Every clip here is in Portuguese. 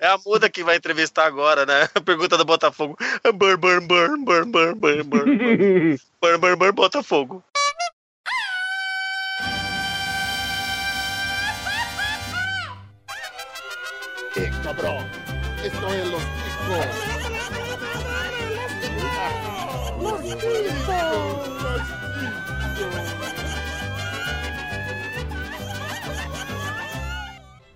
É a muda que vai entrevistar agora, né? A pergunta do Botafogo. Burn, burn, burn, burn, burn, burn, burn. Burn, burn, burn, Botafogo. cabrón. Esto es los chicos. Los chicos. Los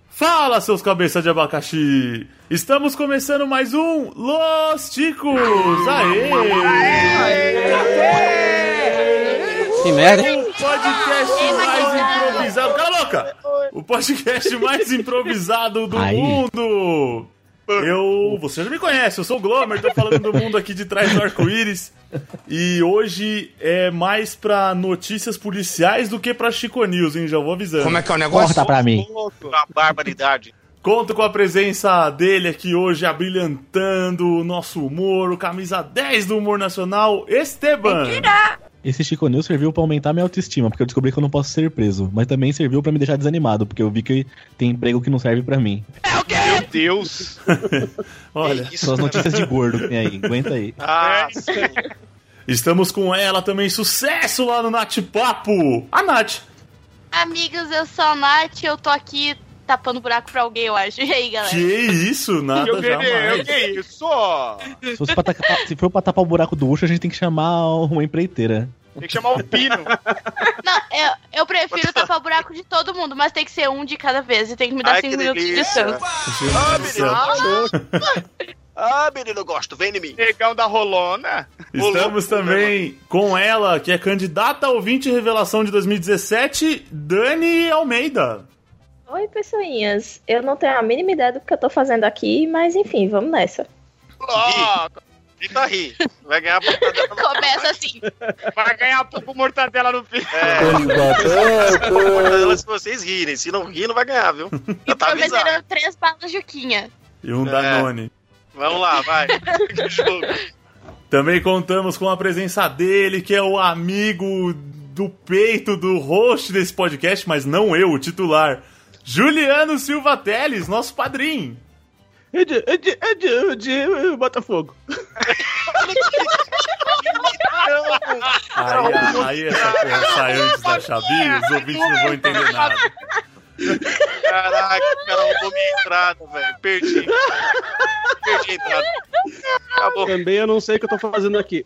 Fala, seus cabeças de abacaxi! Estamos começando mais um Los Ticos! Aê! Que merda, hein? O Um podcast mais improvisado... Cala a boca! O podcast mais improvisado do Aí. mundo! Eu... Você já me conhece, eu sou o Glomer, tô falando do mundo aqui de trás do arco-íris. E hoje é mais pra notícias policiais do que pra Chico News, hein? Já vou avisando. Como é que é o negócio? Corta pra um mim. A barbaridade. Conto com a presença dele aqui hoje, abrilhantando o nosso humor, o camisa 10 do humor nacional, Esteban. Esse Chico News serviu pra aumentar minha autoestima, porque eu descobri que eu não posso ser preso. Mas também serviu pra me deixar desanimado, porque eu vi que tem emprego que não serve pra mim. Meu Deus! Olha, Que São isso, as notícias de gordo que tem aí. Aguenta aí. Ah, estamos com ela também, sucesso lá no Nath Papo. A Nath. Amigos, eu sou a Nath, eu tô aqui tapando buraco pra alguém hoje. E aí, Que galera? isso, nada Eu queria- eu jamais. que isso? ó? Se, fosse pra tacar- se for pra tapar o buraco do Ucho, a gente tem que chamar uma empreiteira. Tem que chamar o Pino. Não, eu, eu prefiro tapar buraco de todo mundo, mas tem que ser um de cada vez e tem que me dar Ai, 5 que minutos de delícia. descanso. ah, Meu Deus do menino. céu. Ah, menino, gosto. Vem em mim. Negão da Rolona. Estamos também com ela, que é candidata a ouvinte revelação de 2017, Dani Almeida. Oi, pessoinhas. Eu não tenho a mínima ideia do que eu tô fazendo aqui, mas enfim, vamos nessa. Ó, Tenta rir. Vai ganhar a batata na Começa assim. vai ganhar um pouco mortadela no fim. mortadela se vocês rirem. Se não rir, não vai ganhar, viu? Já tá avisado. Começaram três balas Juquinha. E um É. Danone. Vamos lá, vai. Jogo. Também contamos com a presença dele, que é o amigo do peito do host desse podcast, mas não eu, o titular. Juliano Silva Teles, nosso padrinho. Botafogo. Aí, aí essa porra sai antes da chavinha, os ouvintes não vão entender nada. Caraca, cara, roubou minha entrada, velho. Perdi. Perdi a entrada. Acabou. Também eu não sei o que eu tô fazendo aqui.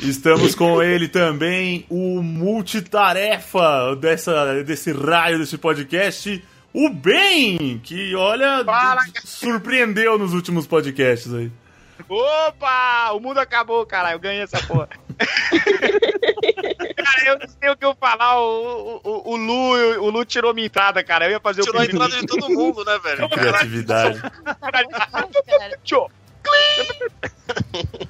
Estamos com ele também, o multitarefa dessa, desse raio desse podcast, o Ben, que olha, Fala, surpreendeu nos últimos podcasts aí. Opa! O mundo acabou, caralho. Eu ganhei essa porra. cara, eu não sei o que eu falar. O, o, o, Lu, o Lu tirou minha entrada, cara. Eu ia fazer Tirou a o primeiro. entrada de todo mundo, né, velho? Que criatividade. Tá Cara, Tchô.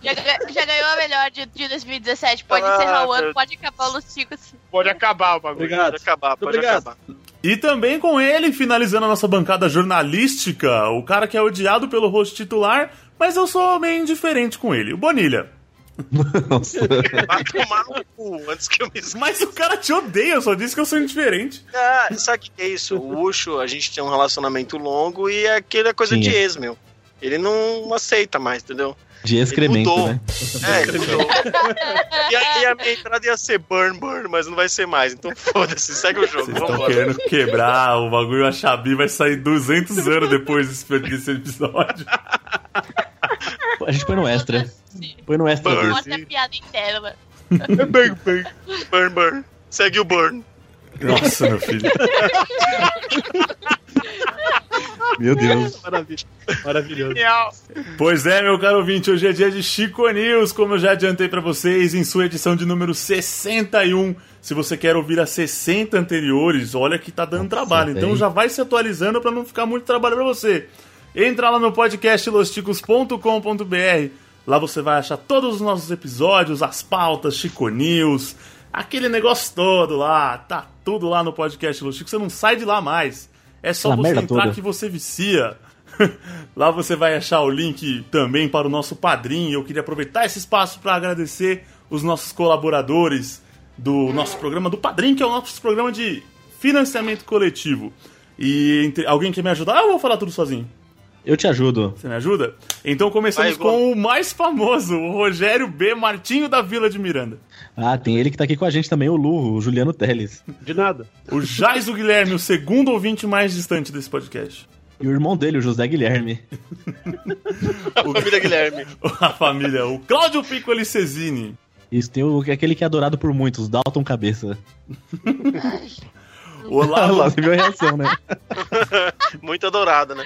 já, ga- já ganhou a melhor de, de 2017. Pode Ah, encerrar meu o ano, pode acabar os ticos. Pode acabar o bagulho. Pode Obrigado. acabar, pode Obrigado. acabar. E também com ele, finalizando a nossa bancada jornalística, o cara que é odiado pelo host titular, mas eu sou meio indiferente com ele, o Bonilha. Nossa. Vai tomar no cu antes que eu me esqueça. Mas o cara te odeia, eu só disse que eu sou indiferente. Ah, sabe o que que é isso? O Ucho, a gente tem um relacionamento longo e é aquela coisa Sim. de ex, meu. Ele não aceita mais, entendeu? De excremento, mudou. né? É, ele mudou. E aí a minha entrada ia ser burn, burn, mas não vai ser mais. Então foda-se, segue o jogo. Vocês estão Vambora. querendo quebrar o bagulho, a Xabi vai sair 200 anos depois desse, desse episódio. A gente põe no extra. Põe no extra. Burn. desse. Mostra a piada interna. Burn, burn. Segue o burn. Nossa, meu filho. Meu Deus. Maravilha. Maravilhoso. Genial. Pois é, meu caro ouvinte, hoje é dia de Chico News, como eu já adiantei pra vocês, em sua edição de número 61. Se você quer ouvir as 60 anteriores, olha que tá dando trabalho, bem. então já vai se atualizando pra não ficar muito trabalho pra você. Entra lá no podcast losticos.com.br, lá você vai achar todos os nossos episódios, as pautas, Chico News, aquele negócio todo lá, tá tudo lá no podcast Los Chicos, você não sai de lá mais. É só Aquela você merda entrar toda. que você vicia. Lá você vai achar o link também para o nosso padrinho. Eu queria aproveitar esse espaço para agradecer os nossos colaboradores do nosso programa, do Padrim, que é o nosso programa de financiamento coletivo. E entre- alguém quer me ajudar? Ah, eu vou falar tudo sozinho. Eu te ajudo. Você me ajuda? Então começamos Vai, com o mais famoso, o Rogério B. Martinho da Vila de Miranda. Ah, tem ele que tá aqui com a gente também, o Lu, o Juliano Teles. De nada. O Jaiso Guilherme, o segundo ouvinte mais distante desse podcast. E o irmão dele, o José Guilherme. A família Guilherme. A família, o Cláudio Pico Elicesini. Isso, tem o, aquele que é adorado por muitos, Dalton Cabeça. Ah, Olavo, lá, você viu a reação, né? Muito adorado, né?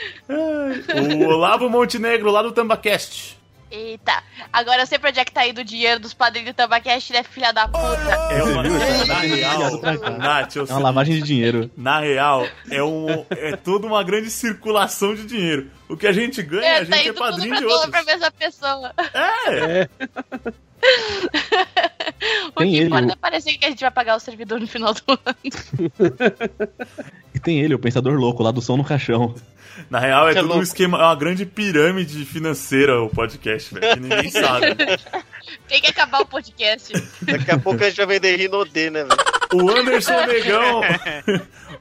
o Olavo Montenegro, lá do Tambacast. Eita, agora eu sei pra onde é que tá indo o dinheiro dos padrinhos do Tabacash, né, filha da puta? É uma... Na Isso, pra cá. real, Nath, eu É uma lavagem de dinheiro. Na real, é, um, é toda uma grande circulação de dinheiro. O que a gente ganha, a É, tá gente é indo tudo padrinho pra, de toda outros. pra mesma pessoa. É, O Tem que ele, né? importa o- é parecer que a gente vai pagar o servidor no final do ano. E tem ele, o Pensador Louco, lá do Som no Caixão. na real é, Que é tudo um louco. esquema, é uma grande pirâmide financeira o podcast, velho, que ninguém sabe. Tem que acabar o podcast. Daqui a pouco a gente vai vender Rinodê, né, velho? O Anderson Negão,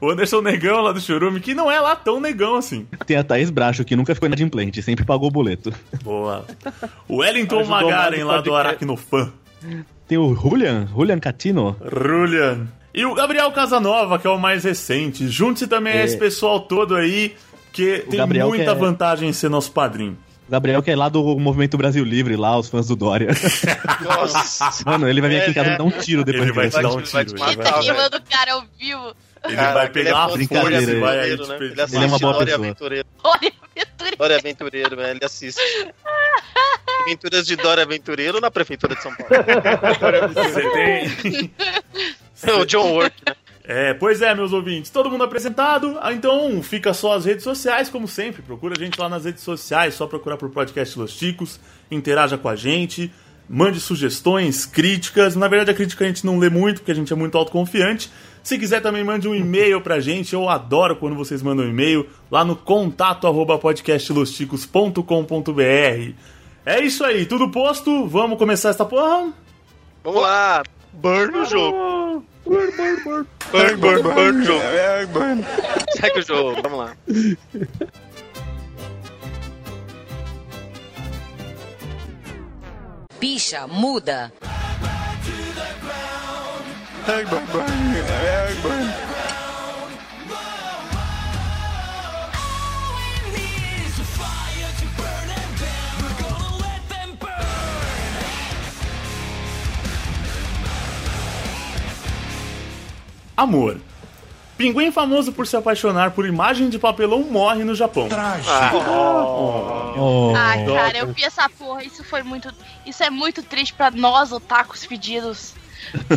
o Anderson Negão lá do Churume, que não é lá tão negão assim. Tem a Thaís Bracho, que nunca ficou inadimplente, sempre pagou o boleto. Boa. O Wellington Ajudou Magaren mais o lá do podcast. Aracnofan. Tem o Julian, Julian Catino. Rulian. E o Gabriel Casanova, que é o mais recente. Junte-se também a É. esse pessoal todo aí, que tem Gabriel muita que é- vantagem em ser nosso padrinho. O Gabriel, que é lá do Movimento Brasil Livre, lá, os fãs do Dória. Nossa. Mano, ele vai vir aqui em casa É, e me dar um tiro depois. Ele vai disso. te dar um Vai te- vai te tiro. matar, Ele Ele vai- tá velho. queimando o cara ao vivo. ele Caraca, vai pegar uma ele é folha brincadeira, e ele- vai aí aventureiro, né? te Ele pedir. assiste Ele é uma boa Hora e pessoa. Aventureiro. Olha, aventura. Ah, Dória Aventureiro, velho. Ele assiste. Aventuras de Dória Aventureiro na Prefeitura de São Paulo. Você tem. o John Work. É, pois é, meus ouvintes. Todo mundo apresentado. Ah, Então fica só as redes sociais, como sempre. Procura a gente lá nas redes sociais. Só procurar por Podcast Los Ticos. Interaja com a gente. Mande sugestões, críticas. Na verdade, a crítica a gente não lê muito, porque a gente é muito autoconfiante. Se quiser também mande um e-mail pra gente. Eu adoro quando vocês mandam e-mail lá no contato arroba podcastlosticos.com.br. É isso aí, tudo posto. Vamos começar esta porra? Vamos lá. Burn o jogo. Burn, burn, burn. Burn, burn, burn o jogo. Segue o jogo. Vamos lá. Picha, muda. Amor. Pinguim famoso por se apaixonar por imagem de papelão morre no Japão. Oh, Ah, cara, eu vi essa porra, isso foi muito. Isso é muito triste pra nós, otakus pedidos.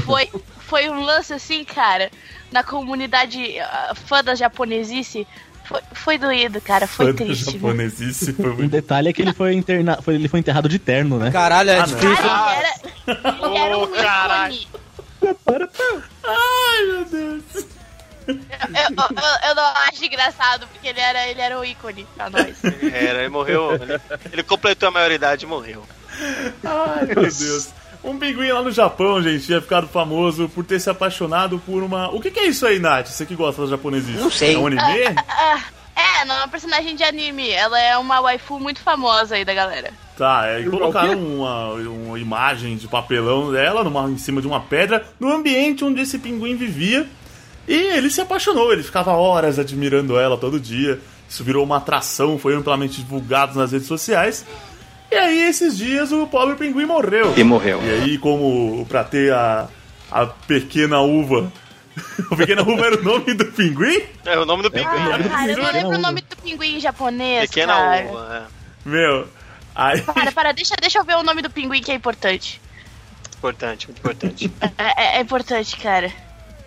Foi, foi um lance assim, cara, na comunidade ah, fã da japonesice. Foi, foi doído, cara, foi Quanto triste. viu? japonesice foi um muito... detalhe é que ele foi, interna... foi- ele foi enterrado de terno, né? Caralho, é Ah, não. difícil. Cara, ele era, ele era um Ô, caralho. ícone. Ai, meu Deus. Eu, eu- eu- eu não acho engraçado, porque ele era, ele era um ícone pra nós. Era, ele morreu. Ele, ele completou a maioridade e morreu. Ai, meu Deus. Um pinguim lá no Japão, gente, tinha ficado famoso por ter se apaixonado por uma... O que, que é isso aí, Nath? Você que gosta da japonesice. Não sei. É um anime? Ah, é, não é uma personagem de anime, ela é uma waifu muito famosa aí da galera. Tá, é, e colocaram uma, uma imagem de papelão dela numa, em cima de uma pedra no ambiente onde esse pinguim vivia. E ele se apaixonou, ele ficava horas admirando ela todo dia. Isso virou uma atração, foi amplamente divulgado nas redes sociais. E aí, esses dias, o pobre pinguim morreu. E morreu. E aí, como pra ter a, a pequena uva. a pequena uva era o nome do pinguim? É o nome do pinguim. Ah, né? cara, eu não Pequena lembro o uva. nome do pinguim em é japonês, Pequena cara. uva. Meu. Aí, Para, para, deixa, deixa eu ver o nome do pinguim que é importante. É. Importante, muito importante. É, é- é importante, cara.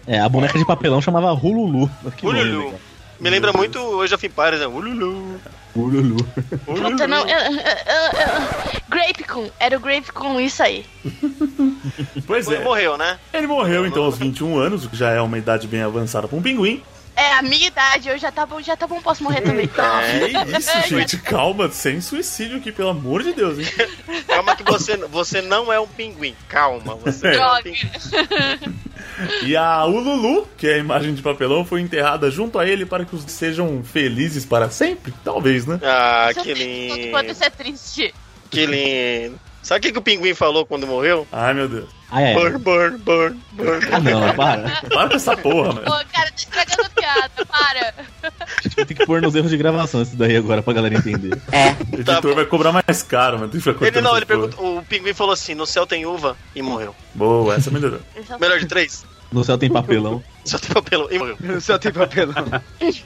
É, a boneca de papelão chamava Hululu. Que né, nome Ululu. legal. Me lembra muito hoje a Fimpares, né? Ululu. Hululu. Puta, não. eu- eu- eu- eu- Grapecon, era o Grapecon, isso aí. pois é. Morreu, né? Ele morreu, então, aos 21 anos, o que já é uma idade bem avançada pra um pinguim. É, a minha idade, eu já tá bom, já tá bom, posso morrer também. É Que isso, gente, calma, sem suicídio aqui, pelo amor de Deus, hein? Calma que você, você não é um pinguim. Calma, você não é um Droga. pinguim. E a Ululu, que é a imagem de papelão, foi enterrada junto a ele para que os sejam felizes para sempre? Talvez, né? Ah, Isso que é triste, todo quanto lindo. isso é triste. Que lindo. Sabe o que, que o pinguim falou quando morreu? Ai, meu Deus. Ah, é. Burn, burn, burn, burn. Ah, não, para. Para com essa porra, mano. Ô, cara, tá estragando a piada, para. A gente vai ter que pôr nos erros de gravação isso daí agora pra galera entender. O Tá editor bom. vai cobrar mais caro, mano. Tem que ficar Ele cortando não, essa ele porra. perguntou. O pinguim falou assim: no céu tem uva e morreu. Boa, essa melhorou. Melhor de três? No céu tem papelão. Só tem papelão e morreu. No céu tem papelão.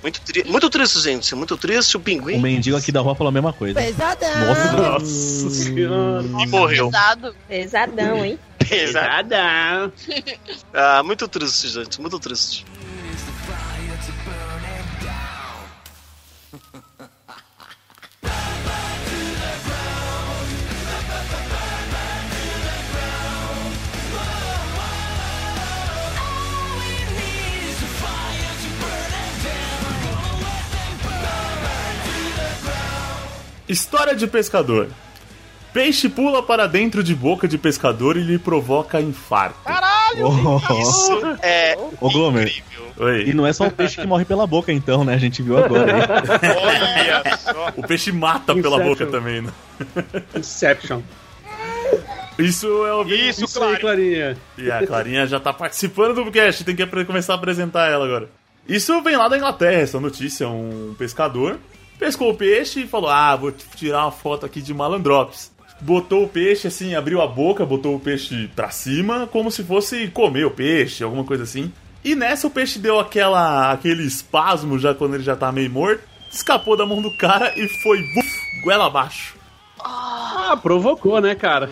Muito, tri... muito triste, gente. Muito triste. O pinguim O mendigo aqui da rua falou a mesma coisa. Pesadão. Nossa, Nossa senhora. e morreu. Pesado. Pesadão, hein? Exato. Nada. Ah, muito triste, gente. Muito triste. História de pescador. Peixe pula para dentro de boca de pescador e lhe provoca infarto. Isso é Ô, Glomer, incrível. e Oi. não é só o peixe que morre pela boca, então, né? A gente viu agora. hein? Olha só. O peixe mata pela é Inception. boca também, né? Inception. Isso é o Isso, Isso aí, claro. Clarinha. E a Clarinha já tá participando do cast, tem que apre- começar a apresentar ela agora. Isso vem lá da Inglaterra, essa notícia. Um pescador pescou o peixe e falou: Ah, vou t- tirar uma foto aqui de malandrops. Botou o peixe assim, abriu a boca, botou o peixe pra cima, como se fosse comer o peixe, alguma coisa assim. E nessa o peixe deu aquela aquele espasmo já quando ele já tá meio morto, escapou da mão do cara e foi buf, goela abaixo. Ah, provocou, né, cara?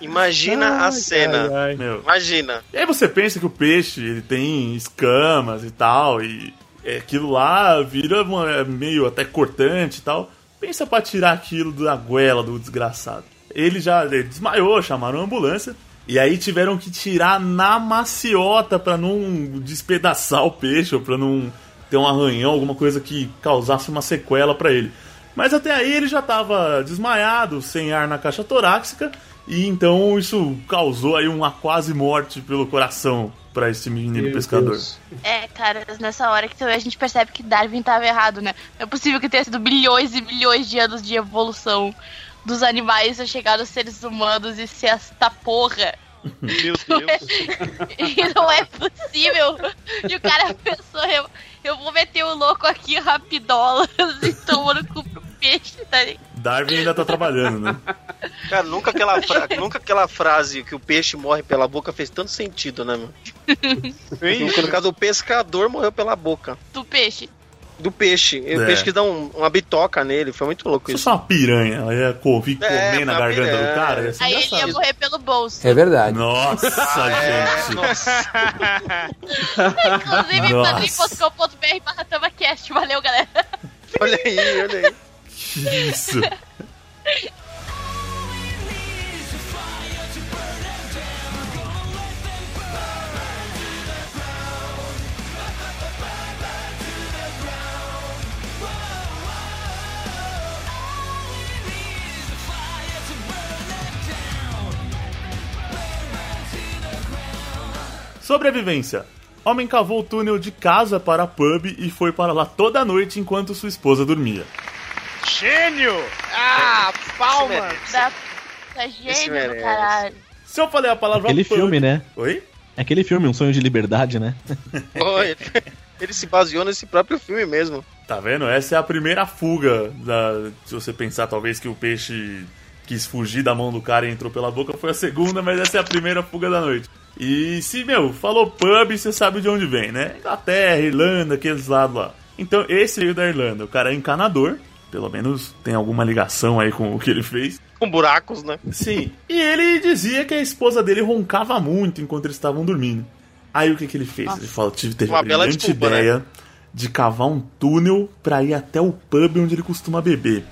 Imagina a Ai, cena. ai, ai. Meu. Imagina. E aí você pensa que o peixe ele tem escamas e tal, e é, aquilo lá vira uma- é meio até cortante e tal. Pensa pra tirar aquilo da goela do desgraçado. Ele já ele desmaiou, chamaram a ambulância. E aí tiveram que tirar na maciota pra não despedaçar o peixe ou pra não ter um arranhão, alguma coisa que causasse uma sequela pra ele. Mas até aí ele já tava desmaiado, sem ar na caixa torácica, e então isso causou aí uma quase morte pelo coração pra esse menino Meu pescador. Deus. É, cara, nessa hora que também a gente percebe que Darwin tava errado, né? Não é possível que tenha sido bilhões e bilhões de anos de evolução dos animais ter chegado aos seres humanos e ser esta porra. Meu Deus. E não é possível. E o cara pensou, eu, eu vou meter o louco aqui rapidolas e tomando cu pro peixe, tá ligado? Darwin ainda tá trabalhando, né? Cara, nunca aquela, fra- nunca aquela frase que o peixe morre pela boca fez tanto sentido, né, meu? Tipo, No caso, o pescador morreu pela boca. Do peixe. Do peixe. E É. O peixe que dá um- uma bitoca nele. Foi muito louco Se isso. fosse uma piranha, ela ia co- vir É, comer na uma garganta piranha. do cara, ia ser Aí ele ia é engraçado. morrer pelo bolso. É verdade. Nossa, É, gente. nossa. Inclusive, Nossa. padrim.com.br barra tamacast. Valeu, galera. Olha aí, olha aí. Que isso. Sobrevivência. Homem cavou o túnel de casa para pub e foi para lá toda noite enquanto sua esposa dormia. Gênio! Ah, palma! Da, da Esse Tá gênio, merece. caralho. Se eu falei a palavra Aquele pub- filme, né? Oi? É Aquele filme, Um Sonho de Liberdade, né? Ó, ele- Ele se baseou nesse próprio filme mesmo. Tá vendo? Essa é a primeira fuga. Da... Se você pensar, talvez, que o peixe quis fugir da mão do cara e entrou pela boca, foi a segunda, mas essa é a primeira fuga da noite. E se, meu, falou pub, você sabe de onde vem, né? Inglaterra, Irlanda, aqueles lados lá. Então, esse veio da Irlanda. O cara é encanador, pelo menos tem alguma ligação aí com o que ele fez. Com buracos, né? Sim. E ele dizia que a esposa dele roncava muito enquanto eles estavam dormindo. Aí o que, que ele fez? Ele falou, tive teve Uma uma bela brilhante desculpa, né?" ideia de cavar um túnel pra ir até o pub onde ele costuma beber.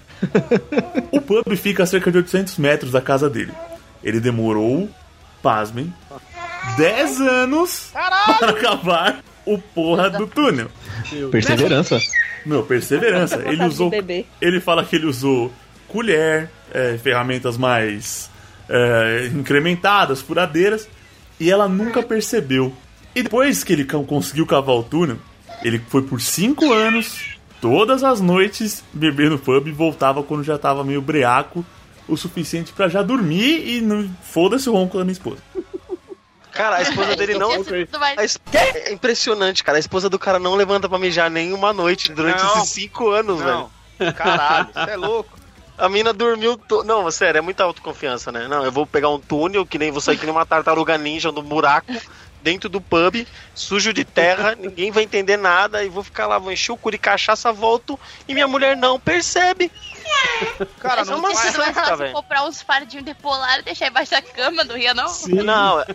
o pub fica a cerca de 800 metros da casa dele. Ele demorou, pasmem, 10 anos para cavar o porra do túnel. Perseverança. Meu, perseverança. Ele Vontade de usou beber. ele fala que ele usou colher, é, ferramentas mais é, incrementadas, furadeiras. e ela nunca percebeu. E depois que ele cão- conseguiu cavar o túnel, ele foi por cinco anos, todas as noites, beber no pub e voltava quando já tava meio breaco, o suficiente pra já dormir e não- foda-se o ronco da minha esposa. Cara, a esposa dele não. Esse tudo vai- a es- É impressionante, cara. A esposa do cara não levanta pra mijar nenhuma noite durante Não. esses cinco anos, velho. Não. Caralho, você é louco. A mina dormiu. To... Não, sério, é muita autoconfiança, né? Não, eu vou pegar um túnel, que nem vou sair que nem uma tartaruga ninja no buraco, dentro do pub, sujo de terra, ninguém vai entender nada, e vou ficar lá, vou encher o cu de cachaça, volto, e minha mulher não percebe. Cara, Mas não é não uma precisa mais seca, ela velho. se comprar uns fardinhos de polar e deixar embaixo da cama, não ia não? Não, é-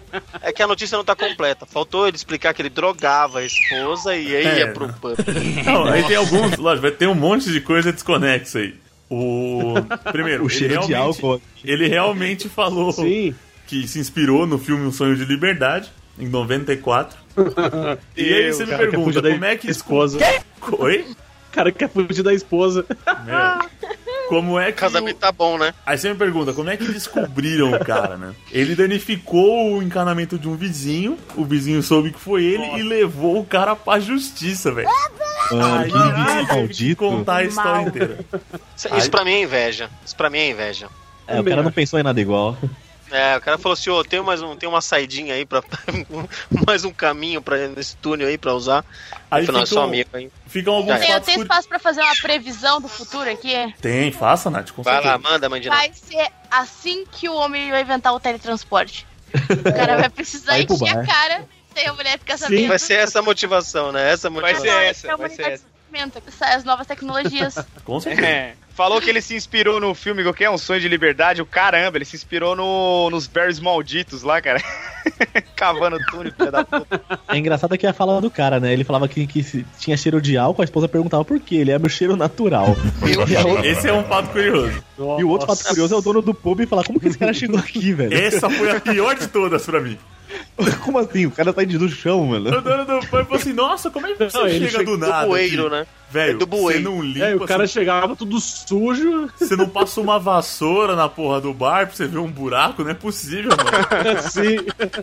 é que a notícia não tá completa. Faltou ele explicar que ele drogava a esposa e aí É. ia pro pub. Não, Então, aí tem alguns, lógico, vai ter um monte de coisa desconexa aí. O. Primeiro, O ele cheiro de realmente- álcool. Ele realmente falou Sim. que se inspirou no filme Um Sonho de Liberdade, em 94. E aí você me cara quer pergunta, fugir da como é que. esposa? Oi? O cara quer fugir da esposa. Meu. Como é O que. casamento tá bom, né? Aí você me pergunta, como é que descobriram o cara, né? Ele danificou o encanamento de um vizinho, o vizinho soube que foi ele e levou o cara pra justiça, velho. Mano, Aí que eu tive que vizinho né? maldito. contar a história Mal. inteira. Isso, isso pra mim é inveja. Isso pra mim é inveja. É, o cara não pensou em nada igual. É, o cara falou assim, ô, tem mais um, tem uma saidinha aí pra. mais um caminho pra, nesse túnel aí pra usar. Aí Afinal, é só ficam, amigo, hein? ficam alguns Tem- Tem, fatos tem curi- espaço pra fazer uma previsão do futuro aqui? Tem, faça, Nath, com Vai lá, certeza. manda, Mandina. Vai ser assim que o homem vai inventar o teletransporte. O cara vai precisar Vai pro encher a bar. cara sem a mulher ficar Sim, sabendo. Vai ser essa a motivação, né? Essa a Vai motivação. ser essa, vai ser essa. essa. As novas tecnologias. Com certeza. É. Falou que ele se inspirou no filme qualquer um sonho de liberdade, o caramba, ele se inspirou no, nos berries malditos lá, cara. Cavando túnel, filha da puta. É engraçado que é a fala do cara, né? Ele falava que, que se tinha cheiro de álcool, a esposa perguntava por quê. Ele é meu cheiro natural. Esse é um fato curioso. E o outro fato curioso é o dono do pub e falar, como que esse cara chegou aqui, velho? Essa foi a pior de todas pra mim. Como assim? O cara tá indo do chão, mano. O dono do pub falou assim: Nossa, como é que você Não, ele chega, do chegou nada? do bueiro, aqui? né? Velho, É do você bueiro. não limpa, É, o cara você- chegava tudo sujo. você não passa uma vassoura na porra do bar pra você ver um buraco, não é possível, mano. Assim.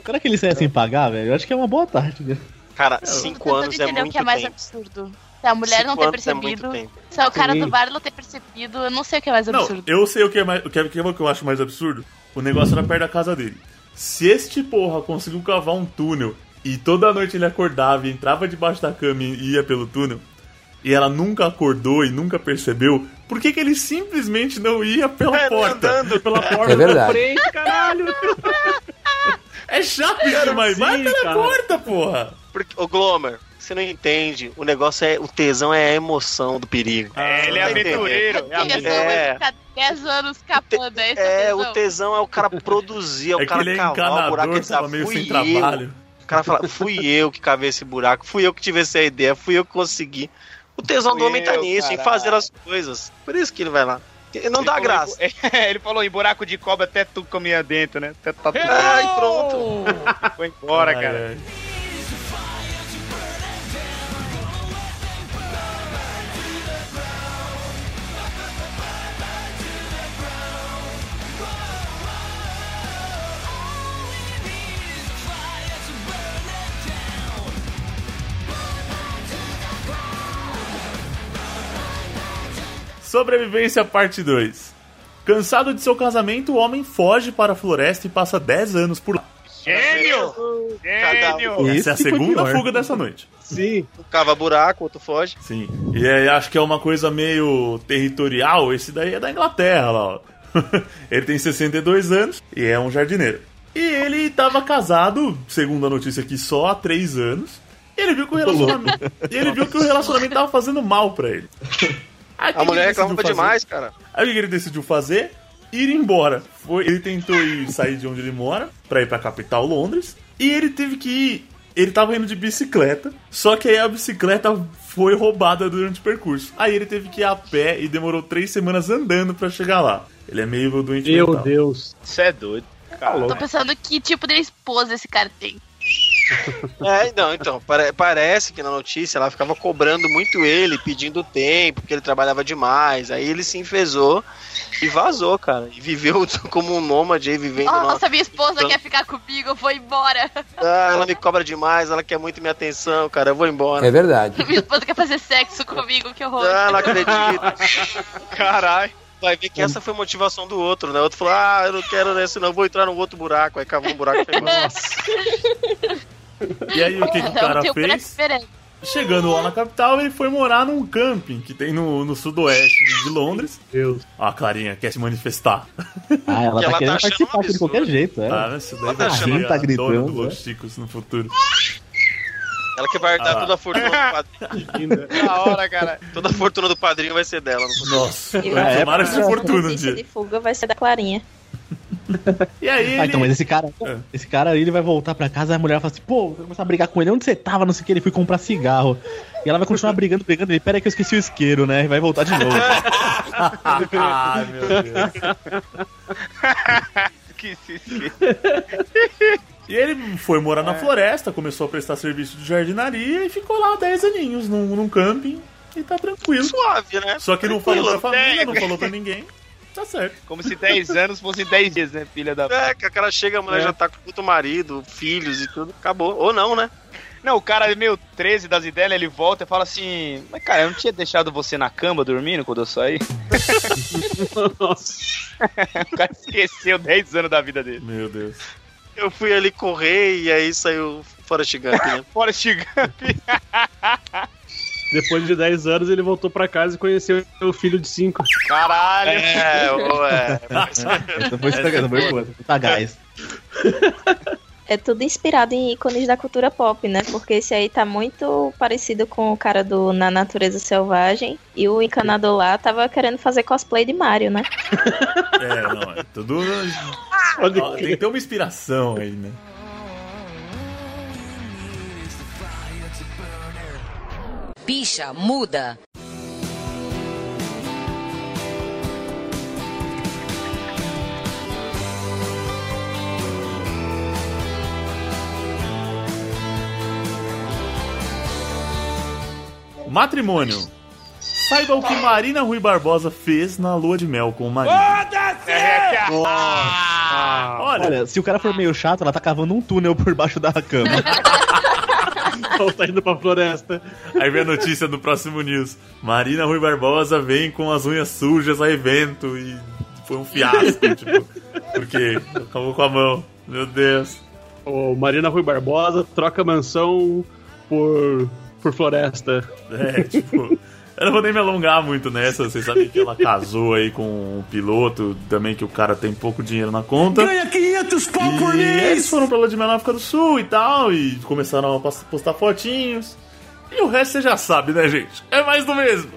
Será que ele sai sem pagar, velho? Eu acho que é uma boa tarde, né? Cara, cinco tentando anos é entender o muito que é mais tempo. absurdo. Se a mulher não Cinco ter anos é muito percebido, tempo. se é o cara Sim. do bar não ter percebido, eu não sei o que é mais Não, absurdo. eu sei o que é mais. O que, é, o que eu acho mais absurdo? O negócio era perto da casa dele. Se este porra conseguiu cavar um túnel e toda noite ele acordava e entrava debaixo da cama e ia pelo túnel, e ela nunca acordou e nunca percebeu, por que, que ele simplesmente não ia pela É, porta? andando. Pela porta. É verdade. Frente, caralho. É chato isso, mas vai Sim, pela cara. porta, porra! Porque, ô, Glomer, você não entende. O negócio é. O tesão é a emoção do perigo. Ah, Tá É, ele é Vai entender. aventureiro. É Eu tenho aventureiro. essa mãe é. que fica 10 anos capando, é esse É, o o tesão? tesão é o cara produzir, é o É que cara ele é cavar o encanador, buraco ele tá tava sabe, meio fui sem eu. trabalho. O cara fala, fui eu que cavei esse buraco, fui eu que tive essa ideia, fui eu que consegui. O tesão Fui do homem tá eu, nisso, em caralho. fazer as coisas. Por isso que ele vai lá. Ele não Ele dá falou graça. em bu- É, ele falou em buraco de cobra até tu comia dentro, né? Até tatu Ai, pronto. foi embora, Ai, cara. ai. Sobrevivência parte 2. Cansado de seu casamento, o homem foge para a floresta e passa 10 anos por lá. Gênio! Gênio! Cada um. Essa Esse é a que foi segunda pior. fuga dessa noite. Sim. Um cava buraco, outro foge. Sim. E aí, acho que é uma coisa meio territorial. Esse daí é da Inglaterra lá, ó. ele tem 62 anos e é um jardineiro. E ele estava casado, segundo a notícia aqui, só há 3 anos. E ele viu que o relacionamento, e ele viu que o relacionamento tava fazendo mal pra ele. Aí, o que A que mulher ele decidiu reclamava fazer? demais, cara. Aí o que que ele decidiu fazer? Ir embora. Foi, ele tentou ir sair de onde ele mora pra ir pra capital Londres. E ele teve que ir. Ele tava indo de bicicleta, só que aí a bicicleta foi roubada durante o percurso. Aí ele teve que ir a pé e demorou três semanas andando pra chegar lá. Ele é meio doente Meu mental. Deus. Você é doido. Tô pensando que tipo de esposa esse cara tem. É, não, então, pare- parece que na notícia ela ficava cobrando muito ele, pedindo tempo, porque ele trabalhava demais. Aí ele se enfesou e vazou, cara. E viveu como um nômade aí, vivendo. na- Nossa, minha esposa Então- quer ficar comigo, eu vou embora. Ah, ela me cobra demais, ela quer muito minha atenção, cara. Eu vou embora. É verdade. Minha esposa quer fazer sexo comigo, que horror. Ah, não acredito. Caralho. Vai ver que essa foi a motivação do outro, né? O outro falou, ah, eu não quero nesse não, eu vou entrar num outro buraco. Aí cavou um buraco e foi embora. E aí o que, que o cara tenho fez? preferência. Chegando lá na capital, ele foi morar num camping que tem no, no sudoeste de Londres. Deus. Ó, a Clarinha quer se manifestar. Ah, ela tá Que ela tá querendo achando um participar de absurdo. qualquer jeito, é. Tá, isso daí Ela tá vai ser achando- a tá dona gritando, do Los Chicos no futuro. Ela que vai herdar Ah. toda a fortuna do padrinho. Da hora, cara. Toda a fortuna do padrinho vai ser dela. não- Nossa, Eu acho que É, tomara que A seja fortuna um notícia dia. de fuga vai ser da Clarinha. E aí Ah, então, mas ele... esse cara, É. esse cara aí, ele vai voltar pra casa, a mulher vai falar assim, pô, vai começar a brigar com ele, onde você tava, não sei o que, ele foi comprar cigarro. E ela vai continuar brigando, brigando, ele, pera aí que eu esqueci o isqueiro, né, e vai voltar de novo. Ah, meu Deus. Que se esquece. E ele foi morar na floresta, começou a prestar serviço de jardinaria e ficou lá 10 aninhos num, num camping e tá tranquilo. Suave, né? Só que não falou pra Tranquilo, família, pega. não falou pra ninguém. Tá certo. Como se 10 anos fossem 10 dias, né, filha da... É, que aquela chega, a mulher já tá com outro marido, filhos e tudo, acabou. Ou não, né? Não, o cara é meio 13 das ideias, ele volta e fala assim: Mas cara, eu não tinha deixado você na cama dormindo quando eu saí? Nossa. O cara esqueceu 10 anos da vida dele. Meu Deus. Eu fui ali correr e aí saiu fora Gump, né? Fora Gump. Depois de 10 anos, ele voltou pra casa e conheceu o filho de 5. Caralho. É, ou é. Essa Então, foi estragada, foi boa, tá gás. É tudo inspirado em ícones da cultura pop, né? Porque esse aí tá muito parecido com o cara do Na Natureza Selvagem. E o encanador lá tava querendo fazer cosplay de Mario, né? É, não, é tudo. Olha Ó, que- Tem que ter uma inspiração aí, né? Bicha, muda. Matrimônio. Saiba o que Marina Rui Barbosa fez na lua de mel com o marido. Olha, Olha, se o cara for meio chato, ela tá cavando um túnel por baixo da cama. Ela tá indo pra floresta. aí vem a notícia do próximo news. Marina Rui Barbosa vem com as unhas sujas a evento e foi um fiasco, tipo, porque acabou com a mão. Meu Deus. O Marina Rui Barbosa troca mansão por, por floresta. É, tipo. Eu não vou nem me alongar muito nessa. Vocês sabem que ela casou aí com um piloto também, que o cara tem pouco dinheiro na conta. Ganha 500 pau por mês! Eles foram pra lá de Mel na África do Sul e tal, e começaram a pas- postar fotinhos. E o resto você já sabe, né, gente? É mais do mesmo.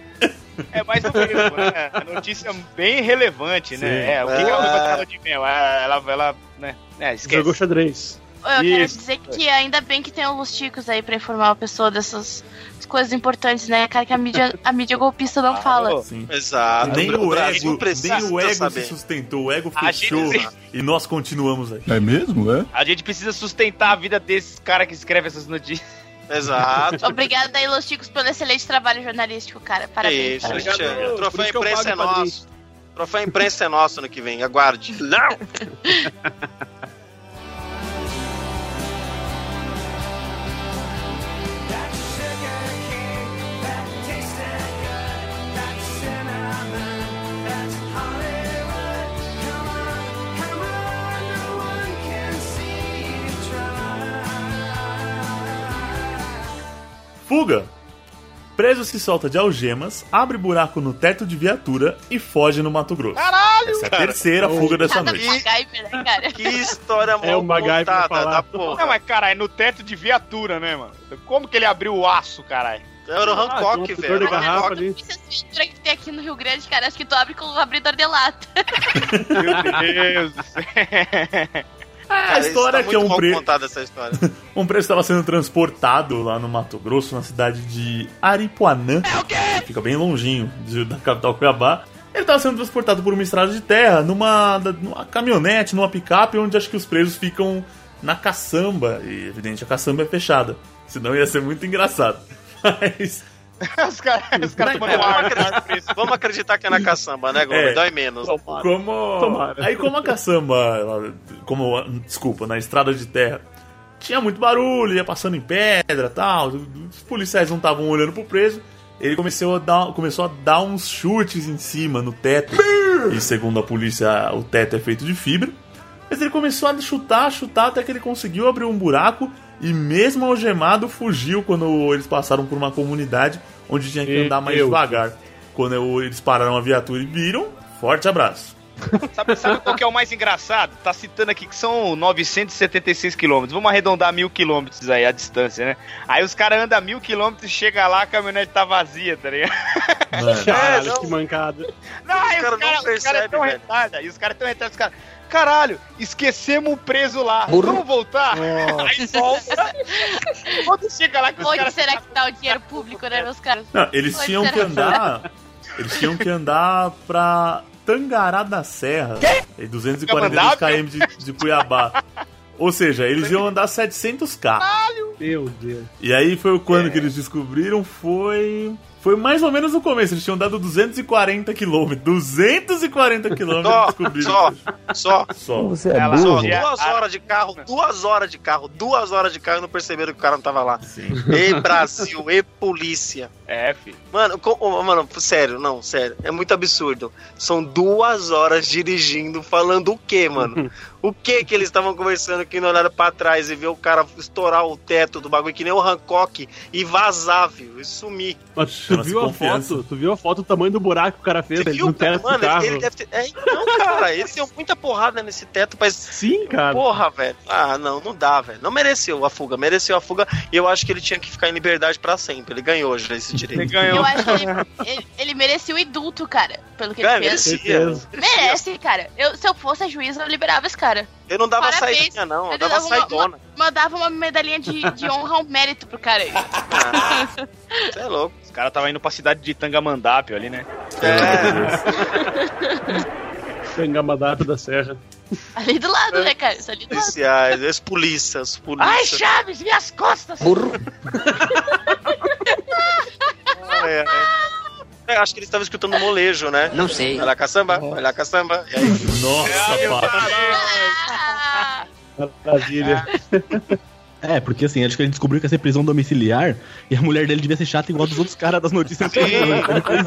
É mais do mesmo, né? A notícia bem relevante, Sim. né? É, o que que ela Ah. foi pra cama de mel? Ah, Ela, ela, né? É, esquece. Jogou xadrez. Eu quero Isso. dizer que ainda bem que tem os ticos aí pra informar a pessoa dessas coisas importantes, né? Cara, que a mídia, a mídia golpista não fala. Sim. Exato. nem O o Brasil ego, precisa nem o ego se saber. sustentou, o ego A fechou gente- e nós continuamos aí. É mesmo, é? A gente precisa sustentar a vida desses cara que escreve essas notícias. Exato. Obrigada aí, Los Ticos, pelo excelente trabalho jornalístico, cara. É Parabéns. isso, parabéns. gente. O Por troféu isso que eu imprensa é pago pra nosso. O troféu imprensa é nosso ano que vem, aguarde. Não! Fuga! Preso se solta de algemas, abre buraco no teto de viatura e foge no Mato Grosso. Caralho! Essa é a terceira fuga dessa Cada noite. MacGyver, né, cara? Que história É o mal MacGyver contada falar. da Não, porra. mas caralho, no teto de viatura, né, mano? Como que ele abriu o aço, caralho? Era É o Ah, tem Hancock, um velho. de garrafa Hancock. ali. Essa estrutura que tem aqui no Rio Grande, cara, acho que tu abre com o abridor de lata. Meu Deus do céu. A história é tá que é muito um mal preso. contada essa história. Um preso estava sendo transportado lá no Mato Grosso, na cidade de Aripuanã. É que Fica bem longinho de- da capital Cuiabá. Ele estava sendo transportado por uma estrada de terra, numa, da- numa caminhonete, numa picape, onde acho que os presos ficam na caçamba. E, evidente, a caçamba é fechada. Senão ia ser muito engraçado. Mas. os caras os caras É, mandam vamos, ar. acreditar, vamos acreditar que é na caçamba, né, Gomes? É. Dói menos. Como. Tomara. Aí como a caçamba, ela- como desculpa, na estrada de terra, tinha muito barulho, ia passando em pedra, tal. Os policiais não estavam olhando pro preso. Ele começou a dar, começou a dar uns chutes em cima no teto. E segundo a polícia, o teto é feito de fibra. Mas ele começou a chutar, chutar até que ele conseguiu abrir um buraco e mesmo algemado fugiu quando eles passaram por uma comunidade onde tinha que Meu andar mais Deus. devagar. Quando eu- eles pararam a viatura e viram, forte abraço. Sabe, sabe qual que é o mais engraçado? Tá citando aqui que são 976 quilômetros. Vamos arredondar mil quilômetros aí a distância, né? Aí os caras andam mil quilômetros, chega lá, a caminhonete tá vazia, tá ligado? É. Caralho, não. que mancada. Não, aí os cara não caras cara, é percebe, tão velho. retardados. Aí os caras tão retardados, os caras. Caralho, esquecemos o preso lá. Vamos voltar? Aí volta. Quando chega lá que os Onde caras. será que tá o dinheiro público, né, meus caras? Não, eles Oi, tinham que será? andar. Eles tinham que andar pra Tangará da Serra. Quê? 242 km de, de Cuiabá. Ou seja, eles iam andar 700k. Meu Deus. E aí foi quando que eles descobriram foi foi mais ou menos no começo, eles tinham dado 240 quilômetros. 240 quilômetros Só, eles descobriram. só, só, Só. Você é Ela só. burro? só- Duas horas de carro, duas horas de carro, duas horas de carro e não perceberam que o cara não tava lá. Ei, Brasil, ei, polícia. É, filho. Mano, co- ô, mano, sério, não, sério. É muito absurdo. São duas horas dirigindo, falando o quê, mano? O que que eles estavam conversando que não olharam pra trás e ver o cara estourar o teto do bagulho, que nem o Hancock, e vazar, viu? E sumir. Mas tu Nossa, viu a confiança. foto? Tu viu a foto do tamanho do buraco que o cara fez? Você Ele não viu, pera cara? esse Mano, ele, carro. ele deve ter. É, então, cara, eles deu muita porrada nesse teto, mas. Sim, cara. Porra, velho. Ah, não, não dá, velho. Não mereceu a fuga. Mereceu a fuga. E eu acho que ele tinha que ficar em liberdade pra sempre. Ele ganhou já esse Ele direito. Eu É ganhou. acho que ele, ele, ele merecia o indulto, cara, pelo que ele Cara, fez. É, merecia. Merece, cara. Eu, se eu fosse a juíza, eu liberava esse cara. Eu não dava Parabéns. saidinha, não. Eu Ele dava dava uma- saidona. Mandava uma medalhinha de, de honra ao mérito pro cara. Ah, Você é louco. Os caras estavam indo pra cidade de Tangamandápio ali, né? É, Tangamadata da Serra. Ali do lado, né, cara? Isso ali do lado. policiais, ex-polícias, polícias. Chaves, minhas costas! É, é. É, acho que eles estavam escutando molejo, né? Não sei. Vai lá, caçamba, vai lá, caçamba. E aí, É, Nossa, pá. Ah, Maravilha. É, porque assim, acho que ele descobriu que ia ser prisão domiciliar e a mulher dele devia ser chata igual dos outros caras das notícias. Sim. Ele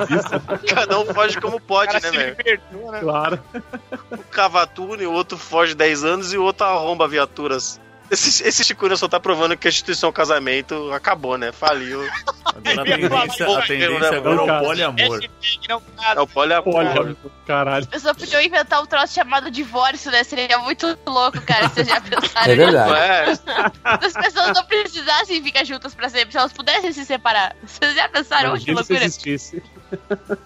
fez isso. cada um foge como O pode, cara né, se velho? libertou, né? Claro. Um cavatune, o outro foge 10 anos e o outro arromba viaturas. Esse, esse Chicura só tá provando que a instituição casamento acabou, né? Faliu. Agora a tendência, a tendência agora é o poliamor. Hashtag não É o poliamor. Olha, caralho. eu só podia inventar um troço chamado divórcio, né? Seria muito louco, cara, se vocês já pensaram. É verdade. É, Se as pessoas não precisassem ficar juntas pra sempre, se elas pudessem se separar. Vocês já pensaram? Olha que Imagina se loucura. existisse.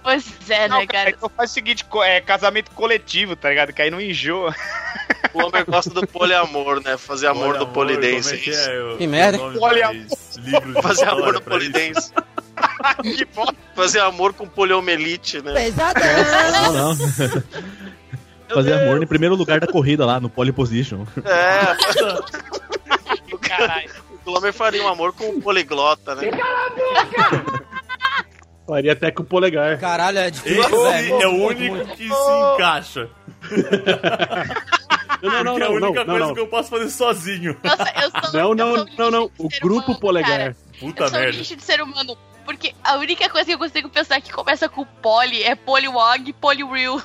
Pois é, Não, né, cara, cara? então faz o seguinte, co- é casamento coletivo, tá ligado? Que aí não enjoa. o homem gosta do poliamor, né? Fazer amor do polidense. como é que isso. é o- Que merda. o nome Poliamor. desses livros de Fazer amor história do pra isso? polidense. que foda. Fazer amor com poliomelite, né? é. Ah, Não, não. Fazer amor em primeiro lugar da corrida lá, no pole position. É, Caralho. o Glomer faria um amor com o poliglota, É, né? Faria até com o polegar. Caralho, é difícil, Esse velho. é o único que se encaixa. Não, não, porque é a não, não, não, única coisa não. que eu posso fazer sozinho. Nossa, eu sou Não, eu não, sou um não, não. lixo de O ser grupo humano, polegar. cara. Puta Eu sou um merda. lixo de ser humano. Porque a única coisa que eu consigo pensar que começa com poli é poliwag e polireal.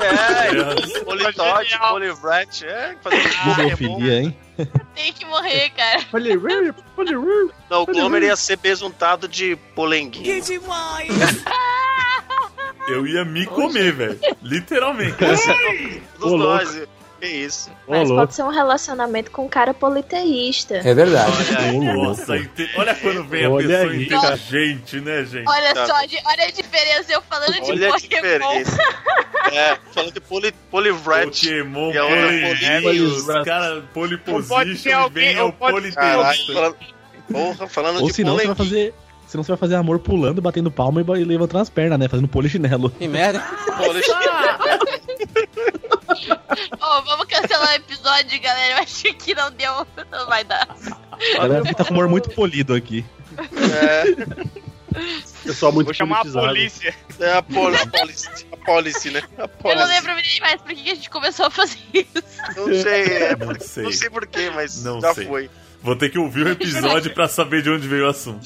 É, politote, Genial. polivrat, é, fazer um Lusofilia, hein? Tem que morrer, cara. Olha, olha, olha, olha. Não, o Glomer ia ser besuntado de polenguinho. demais! Eu ia me comer, velho. Literalmente. Dos Ô, dois. Que isso. Ô, Mas louco. pode ser um relacionamento com um cara politeísta. É verdade. Olha aí. Nossa, inte- olha quando vem Olha a pessoa aí. inteligente, né, gente? Olha Tá. só, de- olha a diferença eu falando Olha a de Pokémon. diferença. É, falando de poli, polivrat. Pokémon, E a outra Polygon, Polygon. os caras Não pode ter Polyposition, alguém- vem ao não pode- Caralho, Politeísta. falando, porra, falando Ou de senão você vai polenguinho. fazer. Senão você vai fazer amor pulando, batendo palma e ba- e levantando as pernas, né? Fazendo polichinelo. Que merda. Polenguinho. Ô, vamos cancelar o episódio, galera. Eu achei que não deu, não vai dar. A galera tá com humor muito polido aqui. Pessoal muito Vou chamar a politizado. polícia. É a, pol a policy, a policy, né? A Eu policy. não lembro nem mais por que que a gente começou a fazer isso. Não sei, é, Não sei. não sei porquê, mas Não já sei. foi. Vou ter que ouvir o episódio pra saber de onde veio o assunto.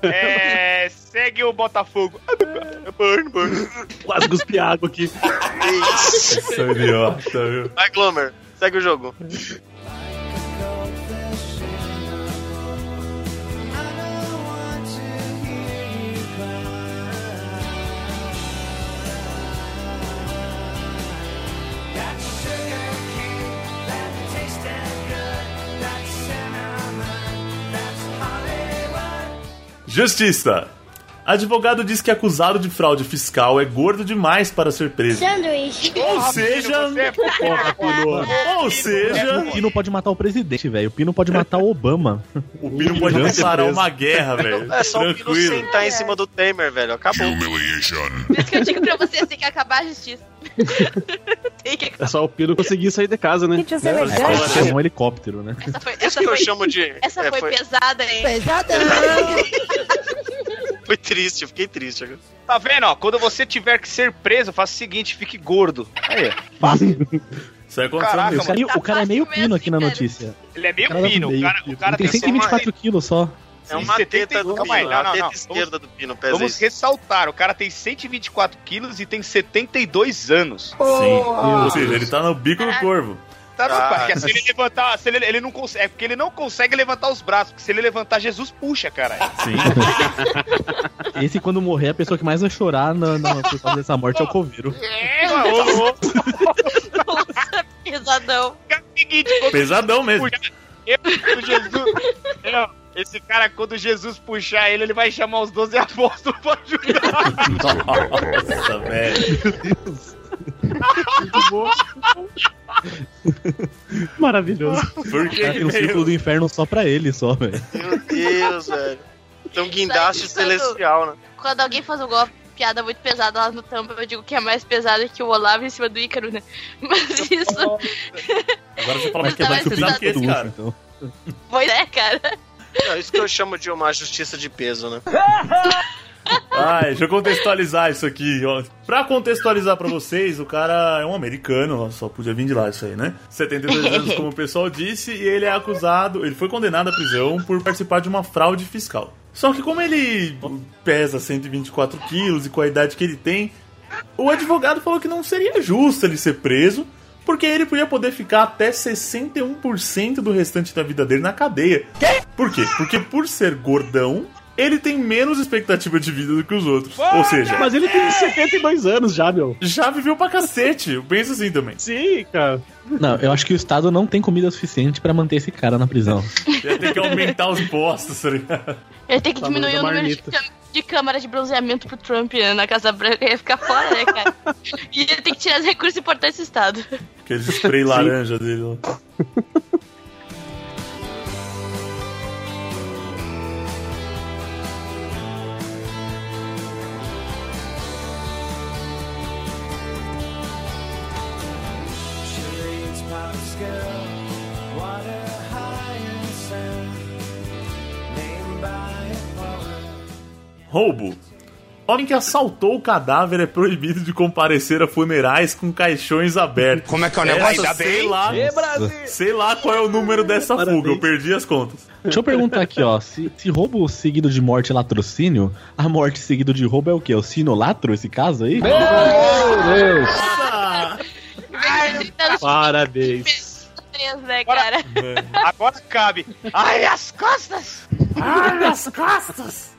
É. Segue o Botafogo. É Burn, burn. Quase cuspi água aqui. Sou é um idiota, viu? Vai, Glomer. Segue o jogo. Justiça. Advogado diz que acusado de fraude fiscal é gordo demais para ser preso. Sanduíche. Ou seja, Você é Porra, Pino. ou seja, É, O Pino pode matar o presidente, velho. O Pino pode matar o Obama. o Pino pode Pino declarar preso. uma guerra, velho. É só o Pino Tranquilo. sentar em cima do Tamer, velho. Acabou. Por isso que eu digo pra vocês, tem que acabar a justiça. tem que É só o Pino conseguir sair de casa, né? É, Pode ser um helicóptero, né? Essa foi, Isso essa que eu foi, chamo de. essa é, foi, pesada, hein? foi triste, eu fiquei triste. agora. Tá vendo, ó? Quando você tiver que ser preso, faça o seguinte, fique gordo. Aí, ó. Isso aí aconteceu Caraca, mesmo. O cara, o cara é meio Tá fácil pino mesmo, aqui na cara. notícia. Ele é meio O cara é fino. O meio cara, o fino. cara Ele tem só uma- 124 quilos só. É uma teta do 72 Pino. Calma aí, não, não, a teta não. esquerda do Pino pesa Vamos isso. ressaltar, o cara tem 124 quilos e tem 72 anos. Sim. Ou seja, ele tá no bico do corvo. Tá Ah, no parque. Se ele levantar, se ele, ele não consegue. É porque ele não consegue levantar os braços. Porque se ele levantar, Jesus puxa, cara. Sim. Esse, quando morrer, a pessoa que mais vai chorar na, na- por causa dessa morte é o coveiro. É, mano. Pesadão. É o seguinte, quando Pesadão mesmo. eu- quando Jesus. Não, Esse cara, quando Jesus puxar ele, ele vai chamar os 12 apóstolos pra ajudar. Nossa, velho. Maravilhoso. Por O que cara tem um círculo do inferno só pra ele, só, velho. Meu Deus, velho. Tem um guindaste Isso aí, isso aí, celestial, né? Quando alguém faz um golpe, piada muito pesada lá no tampa, eu digo que é mais pesada que o Olavo em cima do Ícaro, né? Mas isso. Agora você fala mais Mas tá quebrado que o mais bico que esse Tudo, cara. então. Pois é, cara. É isso que eu chamo de uma justiça de peso, né? Ai, deixa eu contextualizar isso aqui. Ó. Pra contextualizar pra vocês, o cara é um americano, ó, só podia vir de lá isso aí, né? 72 anos, como o pessoal disse, e ele é acusado, ele foi condenado à prisão por participar de uma fraude fiscal. Só que como ele pesa 124 quilos e com a idade que ele tem, o advogado falou que não seria justo ele ser preso, porque ele podia poder ficar até 61% do restante da vida dele na cadeia. Por quê? Porque por ser gordão, ele tem menos expectativa de vida do que os outros. Ou seja, Mas ele tem 72 anos já, meu. já viveu pra cacete. Eu penso assim também. Sim, cara. Não, eu acho que o Estado não tem comida suficiente pra manter esse cara na prisão. Ia ter que aumentar os postos, tá ligado? Ele tem que Tamanho da diminuir o número de, marmita. câ- de câmaras de bronzeamento pro Trump né, na Casa Branca ia ficar fora, né, cara? e ele tem que tirar os recursos importantes do Estado. Aquele spray laranja dele lá. Roubo. Homem que assaltou o cadáver é proibido de comparecer a funerais com caixões abertos. Como é que é o Essa, sei lá, sei lá qual é o número dessa Parabéns. fuga, eu perdi as contas. Deixa eu perguntar aqui, ó. Se, se roubo seguido de morte é latrocínio, a morte seguido de roubo é o quê? O sinolatro, esse caso aí? Parabéns. Três, né, cara? Agora cabe. Ai, as costas! Ah, as costas!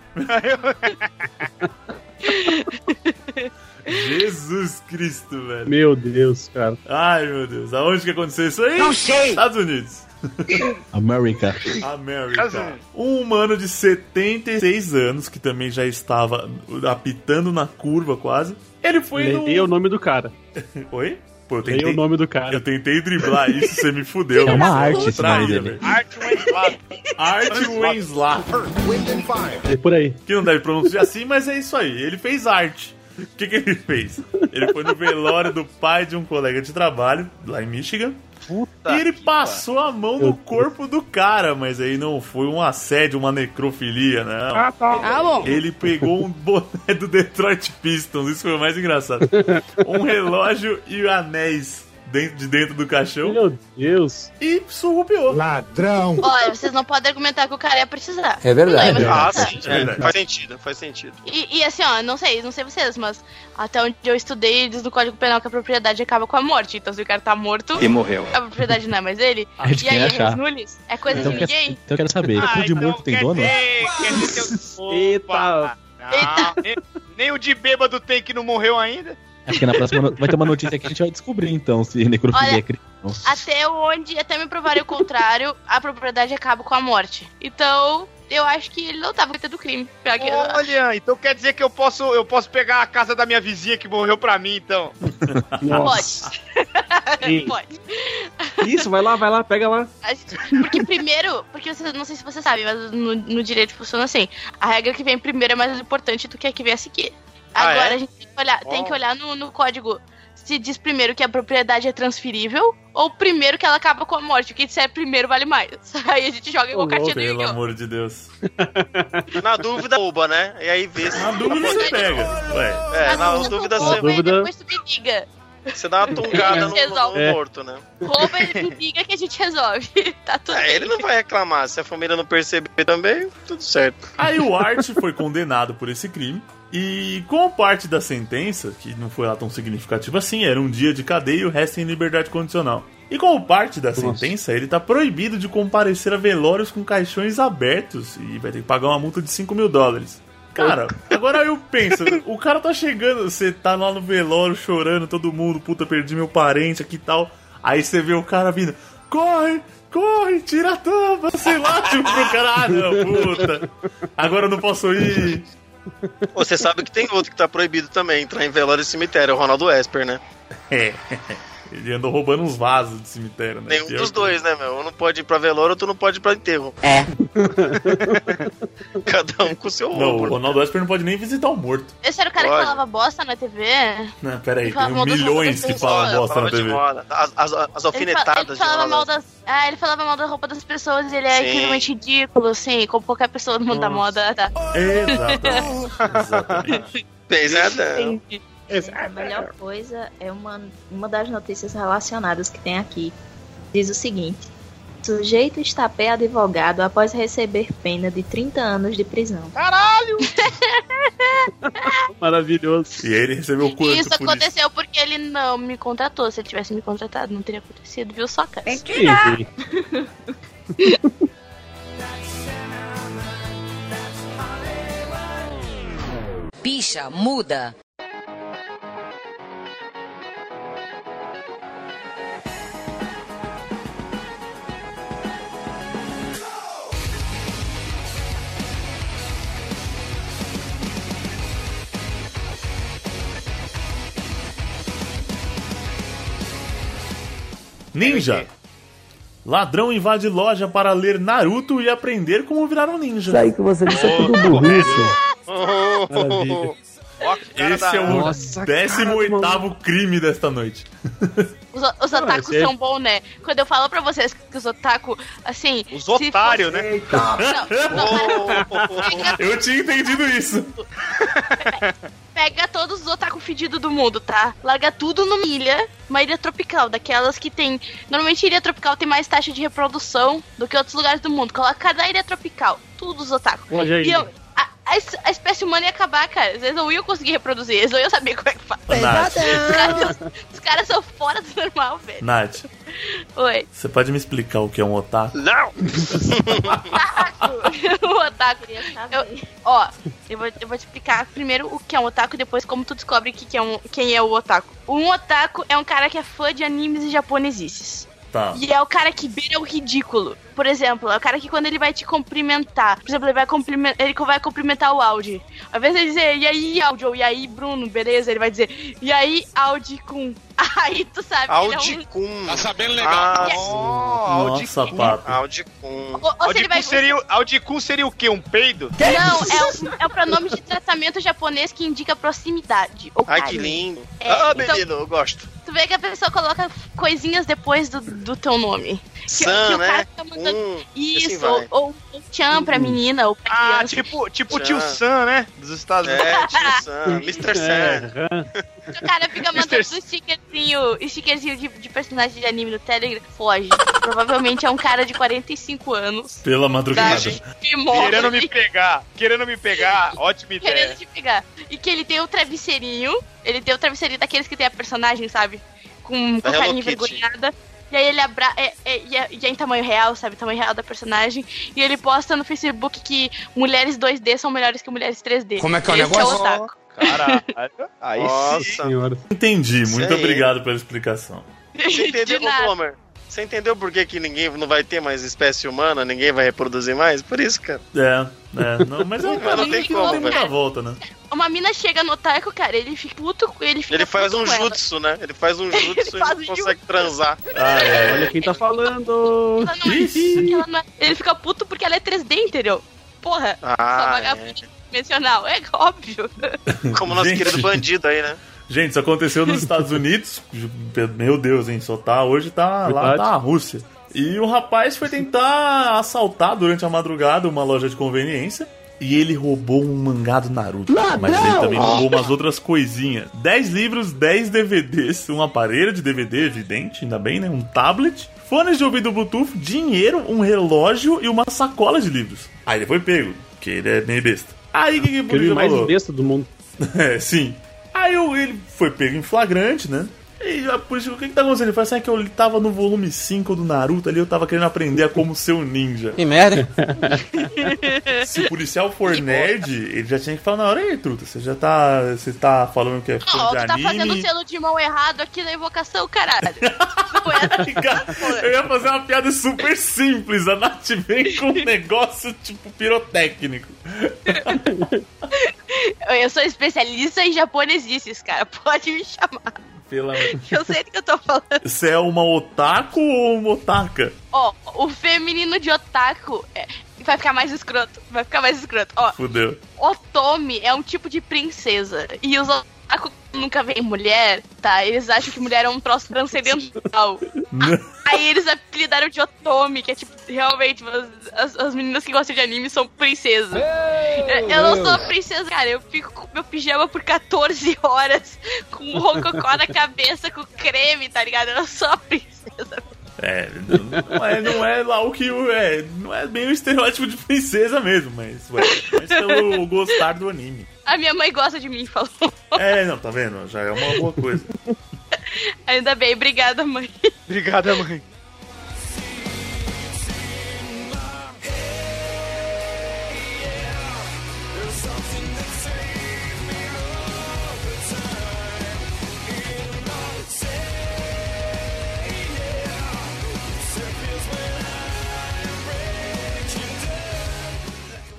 Jesus Cristo, velho. Meu Deus, cara. Ai, meu Deus. Aonde que aconteceu isso aí? sei! Estados Unidos. América. América. Um humano de 76 anos, que também já estava apitando na curva quase. Ele foi no... Leia o nome do cara. Oi? Pô, eu Leia tentei... o nome do Eu cara. tentei driblar isso, você me fudeu. É uma Você arte esse traia, nome dele. né? velho. Art Wenslap. Art Wenslap. Wind and fire. É por aí. que não deve pronunciar assim, mas é isso aí. Ele fez arte. O que, que ele fez? Ele foi no velório do pai de um colega de trabalho, lá em Michigan. Puta e ele que passou a mão no corpo do cara, mas aí não foi um assédio, uma necrofilia, não. Ah, bom. Ele pegou um boné do Detroit Pistons, isso foi o mais engraçado. Um relógio e anéis dentro, de dentro do caixão Meu Deus. e surrupiou. Ladrão! Olha, vocês não podem argumentar que o cara ia precisar. É verdade. Não tá. ia Ah, precisar. sim, É verdade. é, faz sentido, faz sentido. E, e assim, ó, não sei, não sei vocês, mas até onde eu estudei diz no Código Penal que a propriedade acaba com a morte. Então se o cara tá morto, E morreu. a propriedade não é mais dele. A gente E aí, quer achar. as nulis, é coisa Então, de quer- ninguém? então eu quero saber, cu de morto tem quer dono? dizer- quer dizer que eu- Eita. Opa, não, nem, nem o de bêbado tem que não morreu ainda. É porque na próxima no- vai ter uma notícia que a gente vai descobrir, então, se necrofilia Olha, é crime. ou não. Até onde, até me provarem o contrário, a propriedade acaba com a morte. Então, eu acho que ele não tava cometendo crime. Pior É que- Olha, então quer dizer que eu posso, eu posso pegar a casa da minha vizinha que morreu pra mim, então. Nossa. Pode. Pode. Isso, vai lá, vai lá, pega lá. A gente- Porque primeiro, porque vocês- não sei se vocês sabem, mas no, no direito funciona assim. A regra que vem primeiro é mais importante do que a que vem a seguir. Ah, Agora é? a gente tem que olhar, tem que olhar no, no código se diz primeiro que a propriedade é transferível ou primeiro que ela acaba com a morte. O que disser primeiro vale mais. Aí a gente joga igual Ô, cartinha do Pelo Yu-Gi-Oh! amor de Deus. Na dúvida, rouba, né? E aí vê se. Na dúvida você pega. Ué, É, na Mas dúvida tu rouba você, e Dúvida- Depois tu me liga. você dá uma tungada no, no Resolve. morto, né? Rouba e me liga que a gente resolve. Tá tudo É, bem. ele não vai reclamar. Se a família não perceber também, tudo certo. Aí o Art foi condenado por esse crime. E como parte da sentença, que não foi lá tão significativa assim, era um dia de cadeia e o resto em liberdade condicional. E como parte da sentença, ele tá proibido de comparecer a velórios com caixões abertos e vai ter que pagar uma multa de 5 mil dólares. Cara, agora eu penso, o cara tá chegando, você tá lá no velório chorando, todo mundo, puta, perdi meu parente aqui e tal. Aí você vê o cara vindo, corre, corre, tira a tampa, sei lá, tipo pro cara, ah não, puta, agora eu não posso ir. Você sabe que tem outro que tá proibido também, entrar em velório e cemitério, o Ronaldo Esper, né? É, ele andou roubando uns vasos de cemitério, né? Nenhum dos dois, né, meu? Um não pode ir pra velório, outro não pode ir pra enterro. É. Cada um com seu Não, o ombro. Ronaldo Esper não pode nem visitar o morto. Esse era o cara Olha. que falava bosta na TV? Não, peraí, Ele fala tem mal das milhões pessoas. que falam bosta na Palavra é, de TV. moda. As, as- as Ele, fa- ele alfinetadas falava de moda. mal das. Ah, ele falava mal da roupa das pessoas e ele é Sim. incrivelmente ridículo, assim, como qualquer pessoa do mundo da moda. Tá. Exatamente. Exatamente. né, Pesadão. Entendi. A melhor coisa é uma, uma das notícias relacionadas que tem aqui. Diz o seguinte: Sujeito está a pé advogado após receber pena de 30 anos de prisão. Maravilhoso. E ele recebeu quanto E isso por isso? aconteceu porque ele não me contratou. Se ele tivesse me contratado, não teria acontecido, viu só, cara? Sim, sim. Picha muda. Ninja. Ladrão invade loja para ler Naruto e aprender como virar um ninja. que você disse é tudo Oh. Maravilha. Ó, que cara Esse é da- o Nossa, 18 º crime desta noite. Os, os otakus esse é- são bons, né? Quando eu falo pra vocês que os otaku, assim. Os se otários, né? Oh. fosse- não, pega, Eu tinha entendido isso. pega todos os otaku fedidos do mundo, tá? Larga tudo numa ilha, uma ilha tropical, daquelas que tem. Normalmente ilha tropical tem mais taxa de reprodução do que outros lugares do mundo. Coloca cada ilha tropical, todos os otaku. Olha aí. E eu- a, a es- a espécie humana ia acabar, cara. Eles não iam conseguir reproduzir, eles não iam saber como é que faz. Nath, Os caras, os caras são fora do normal, velho. Nath, Oi. você pode me explicar o que é um otaku? Não! o otaku. Eu- ó, eu vou, eu vou te explicar primeiro o que é um otaku, depois como tu descobre que que é um, quem é o otaku. Um otaku é um cara que é fã de animes e japonesices. Tá. E é o cara que beira o ridículo. Por exemplo, é o cara que quando ele vai te cumprimentar, por exemplo, ele vai, cumprimen- ele co- vai cumprimentar o Audi. Às vezes ele dizer, e aí, Audi, ou e aí, Bruno, beleza? Ele vai dizer, e aí, Audi com. Aí tu sabe que ele é um- um... Aldicum. Tá sabendo legal. Ah, é um Nossa, papo. Aldicum. Ou, ou se ele vai... Aldicum seria, o- Aldicum seria o quê? Um peido? Não, é, o- é o pronome de tratamento japonês que indica proximidade. ou Ai, carinho. que lindo. É, ah, então- menino, eu gosto. Tu vê que a pessoa coloca coisinhas depois do, do teu nome. Que, que Sam, o cara tá né? fica mandando Um. assim Isso, vai. ou, ou tchan pra menina, ou pra Ah, criança. tipo, tipo o Já. tio Sam, né? Dos Estados Unidos. É, tio Sam. Mr. Sam. O cara fica mandando Mr. um stickerzinho, stickerzinho de, de personagem de anime no Telegram, foge. Provavelmente é um cara de 45 anos Pela madrugada. Verdade. que morre é Querendo me pegar, querendo me pegar, ótima querendo ideia. te pegar. E que ele tem o travesseirinho, ele tem o travesseirinho daqueles que tem a personagem, sabe? Com, com Da Hello carinha Kitty. envergonhada. E aí ele abra... é, é- e, é, e é em tamanho real, sabe? Tamanho real da personagem. E ele posta no Facebook que mulheres 2D são melhores que mulheres 3D. Como é que é o Esse negócio? o otaku. Caralho. Aí sim. Nossa. Senhora. Entendi, muito Isso aí. obrigado pela explicação. Você De entendeu, nada. Homer? Você entendeu por que, que ninguém não vai ter mais espécie humana, ninguém vai reproduzir mais? Por isso, cara. É, é. Não, mas é, Mas não tem como, tem muita cara. volta, né? Uma mina chega no otaku, cara, ele fica puto, com- ele fica Ele faz puto um com É ela. jutsu, né? Ele faz um jutsu e faz não um jutsu. consegue transar. Ah, é. Olha quem tá falando. Ela não é- porque ela não é- Ele fica puto porque ela é 3D, entendeu? Porra, só Ah, vagabunda dimensional, é óbvio. é. como nosso Gente. querido bandido aí, né? Gente, isso aconteceu nos Estados Unidos. Meu Deus, hein? Só tá hoje tá lá Verdade. tá a Rússia. E o rapaz foi tentar assaltar durante a madrugada uma loja de conveniência. E ele roubou um mangá do Naruto. Mas ele também roubou umas outras coisinhas. 10 livros, 10 DVDs, um aparelho de DVD, evidente, ainda bem, né? Um tablet, fones de ouvido Bluetooth, dinheiro, um relógio e uma sacola de livros. Aí ele foi pego, porque ele é meio besta. Aí o que, que a Crime polícia mais falou? besta do mundo. É, sim. Aí eu- ele foi pego em flagrante, né? E a polícia, o que que tá acontecendo? Ele falou assim, é que eu tava no volume 5 do Naruto ali, eu tava querendo aprender a como ser um ninja. Que merda. Se o policial for nerd, ele já tinha que falar na hora, ei, truta, você já tá, você tá falando que é fã Ó, de tu tá fazendo o anime... selo de mão errado aqui na invocação, caralho. Não é assim, Eu ia fazer uma piada super simples, a Nath vem com um negócio tipo pirotécnico. Eu sou especialista em japonesices, cara. Pode me chamar, Pela... que eu sei do que eu tô falando. Você é uma otaku ou uma otaka? Ó, o feminino de otaku é- vai ficar mais escroto. Vai ficar mais escroto. Ó, Fudeu. Otome é um tipo de princesa. E os otaku nunca veem mulher, tá? Eles acham que mulher é um troço transcendental. Aí eles apelidaram de Otome, que é tipo, realmente, as, as- as meninas que gostam de anime são princesas. É, Eu, eu não sou princesa, cara. Eu fico com meu pijama por 14 horas, com um rococó na cabeça, com creme, tá ligado? Eu não sou a princesa. É, não é, não é lá o que. o- É, não é bem o estereótipo de princesa mesmo, mas, ué, mas pelo gostar do anime. A minha mãe gosta de mim, falou. É, não, tá vendo? Já é uma boa coisa. Ainda bem, obrigada, mãe. Obrigada, mãe.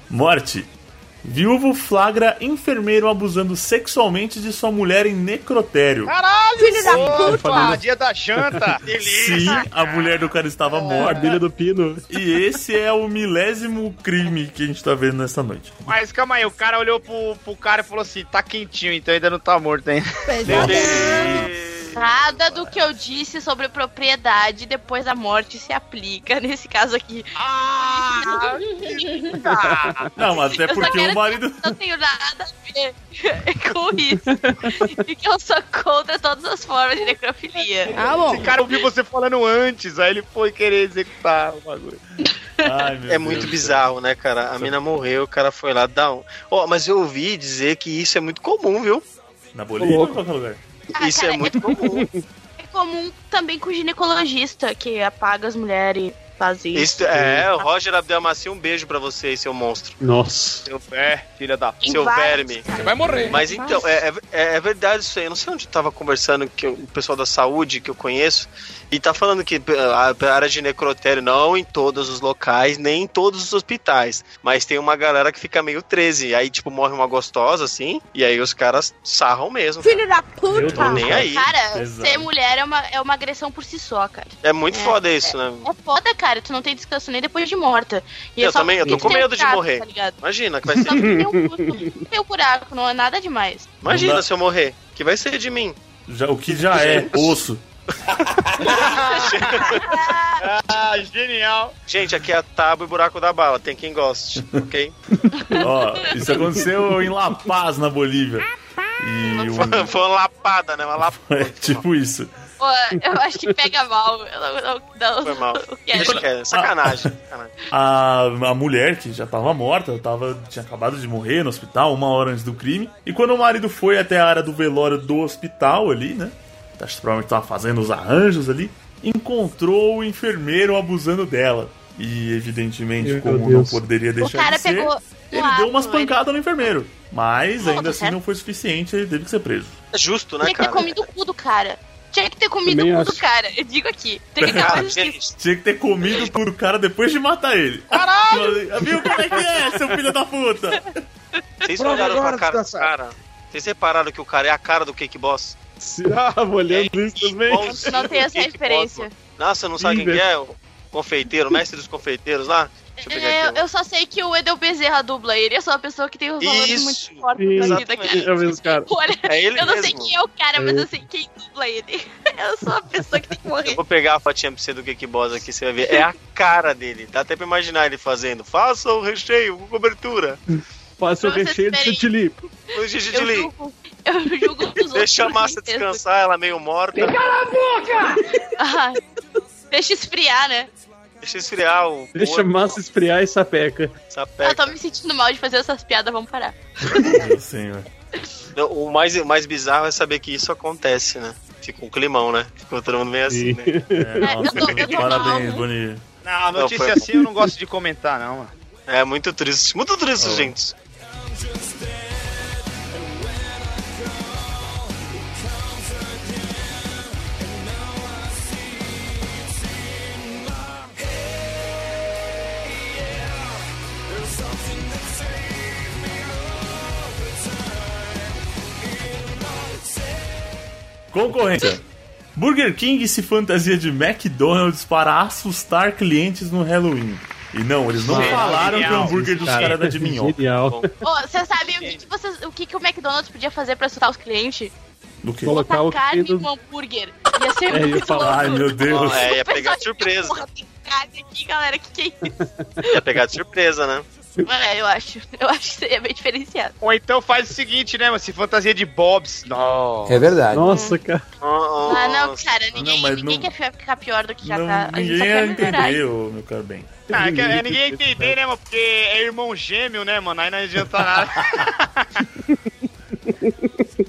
Morte. Viúvo flagra enfermeiro abusando sexualmente de sua mulher em necrotério. Caralho, Filho da pô, puta! pá, dia da janta. Sim, Delícia. a mulher do cara É. estava morta. Família do Pino. E esse é o milésimo crime que a gente tá vendo nessa noite. Mas calma aí, o cara olhou pro, pro cara e falou assim: tá quentinho, então ainda não tá morto, hein? Nada do que eu disse sobre propriedade depois da morte se aplica nesse caso aqui. Ah! Não, mas É até Eu só porque quero o marido. Não tenho nada a ver com isso. E que eu sou contra todas as formas de necrofilia. Ah, bom. Esse cara ouviu você falando antes, aí ele foi querer executar o bagulho. Ai, meu É Deus. muito bizarro, né, cara? A mina morreu, o cara foi lá dar um. Ó, mas eu ouvi dizer que isso é muito comum, viu? Na Bolívia ou em qualquer lugar? Ah, Isso cara, é muito comum. É comum também com ginecologista que apaga as mulheres. fazia. Isso, é, o Roger Abdelmaci, um beijo pra você, seu monstro. Nossa. Seu é, filha da. Em Seu vários, verme. cara. vai morrer. Mas então, é, é- é, é verdade isso aí. Eu não sei onde eu tava conversando que o pessoal da saúde que eu conheço e tá falando que eh, a a área de necrotério não em todos os locais, nem em todos os hospitais. Mas tem uma galera que fica meio 13. Aí, tipo, morre uma gostosa assim, e aí os caras sarram mesmo. cara. Filho da Meu puta! Deus. Nem é aí. Cara, Pesado. ser mulher é uma, é uma agressão por si só, cara. É muito É, foda isso, né? É foda, cara. Tu não tem descanso nem depois de morta. E Eu é só também, eu tô porque com tem um medo de buraco, morrer. Tá ligado? Imagina que vai ser. Só que tem um, custo, tem um buraco, não é nada demais. Imagina Não dá. se eu morrer. Que vai ser de mim. Já- o que já é osso. Ah, genial. Gente, aqui é a tábua e buraco da bala. Tem quem goste, ok? Ó, isso aconteceu em La Paz, na Bolívia. E o... Foi uma lapada, né? Uma lapada. É tipo isso. Pô, eu acho que pega mal. Eu não, não, Foi mal. o que é. Deixa quieto. Sacanagem. sacanagem. A, a mulher que já tava morta, tava, tinha acabado de morrer no hospital uma hora antes do crime. E quando o marido foi até a área do velório do hospital ali, né? Acho que provavelmente tava fazendo os arranjos ali. Encontrou o enfermeiro abusando dela. E evidentemente, Meu como Deus. não poderia O deixar cara de ser, pegou. um ele deu umas átomo, ele pancadas no enfermeiro. Mas Não, ainda tá assim certo. não foi suficiente, ele teve que ser preso. É justo, né, Tinha que ter cara? comido o cu do cara. Tinha que ter comido Também o cu do acho. cara. Eu digo aqui. Tem que acabar a Cara, justiça. gente, Tinha que ter comido por o cara depois de matar ele. Caralho! Viu como é que é, seu filho da puta? vocês Prova olharam pra agora, cara do desgraçado. cara. Vocês repararam que o cara é a cara do Cake Boss? Se- Ah, vou olhando isso também. Igualzinho Não tem o essa Cake referência. Boss, mano. Nossa, não sabe Ih, quem que velho. é? O confeiteiro, o mestre dos confeiteiros lá? Deixa eu pegar Eu, aqui. ó. É, eu só sei que o Edel Bezerra dubla ele. Eu sou uma pessoa que tem os valores Isso, muito fortes da vida, exatamente. cara. É o mesmo cara. Olha, É ele eu não sei mesmo. quem é o cara, mas eu sei quem dubla ele. Eu sou uma pessoa que tem que Eu morrer. vou pegar a fatinha pra você do Cake Boss aqui, você vai ver. É a cara dele. Dá até pra imaginar ele fazendo. Faça o recheio com cobertura. Faça o Pra vocês recheio de verem. chantilly. O Gigi Eu Lee. julgo, eu julgo os outros. Deixa a por massa inteiro. descansar, ela meio morta. Ah, deixa esfriar, né? Deixa esfriar o Deixa a molho, massa esfriar e sapeca. essa Eu tô peca. me sentindo mal de fazer essas piadas, vamos parar. Meu senhor. Não, O mais, o mais bizarro é saber que isso acontece, né? Fica um climão, né? Ficou todo mundo meio assim, E- né? É, nossa, eu tô- eu tô parabéns, mal. Bonnie. Não, notícia foi- assim eu não gosto de comentar, não, mano. É muito triste, muito triste, Oh. gente. Concorrência. Burger King se fantasia de McDonald's para assustar clientes no Halloween. E não, eles não Genial. falaram que o hambúrguer dos caras era de mignon. Genial. Ô, você sabe o que, que vocês, o que, que o McDonald's podia fazer pra assustar os clientes? Do que? Colocar Botar o carne dedo- no hambúrguer. Ia ser É, eu ia muito falar, Ai, louco. meu Deus. Não, é, ia O pessoal pegar de ia, surpresa. Porra, tem carne aqui, galera. Que que é isso? Ia pegar Tá de surpresa, né? É, eu acho. Eu acho que seria bem diferenciado. Ou então faz o seguinte, né, mano? Se fantasia de Bobs. Não. É verdade. Nossa, cara. Oh, Ah, não, nossa. cara. Ninguém, mas ninguém não- quer ficar pior do que já Não, tá. A gente só ninguém é quer ia melhorar. entender, ô, meu caro bem. Ah, é que é, ninguém ia entender, né, mano? Porque é irmão gêmeo, né, mano? Aí não adianta nada.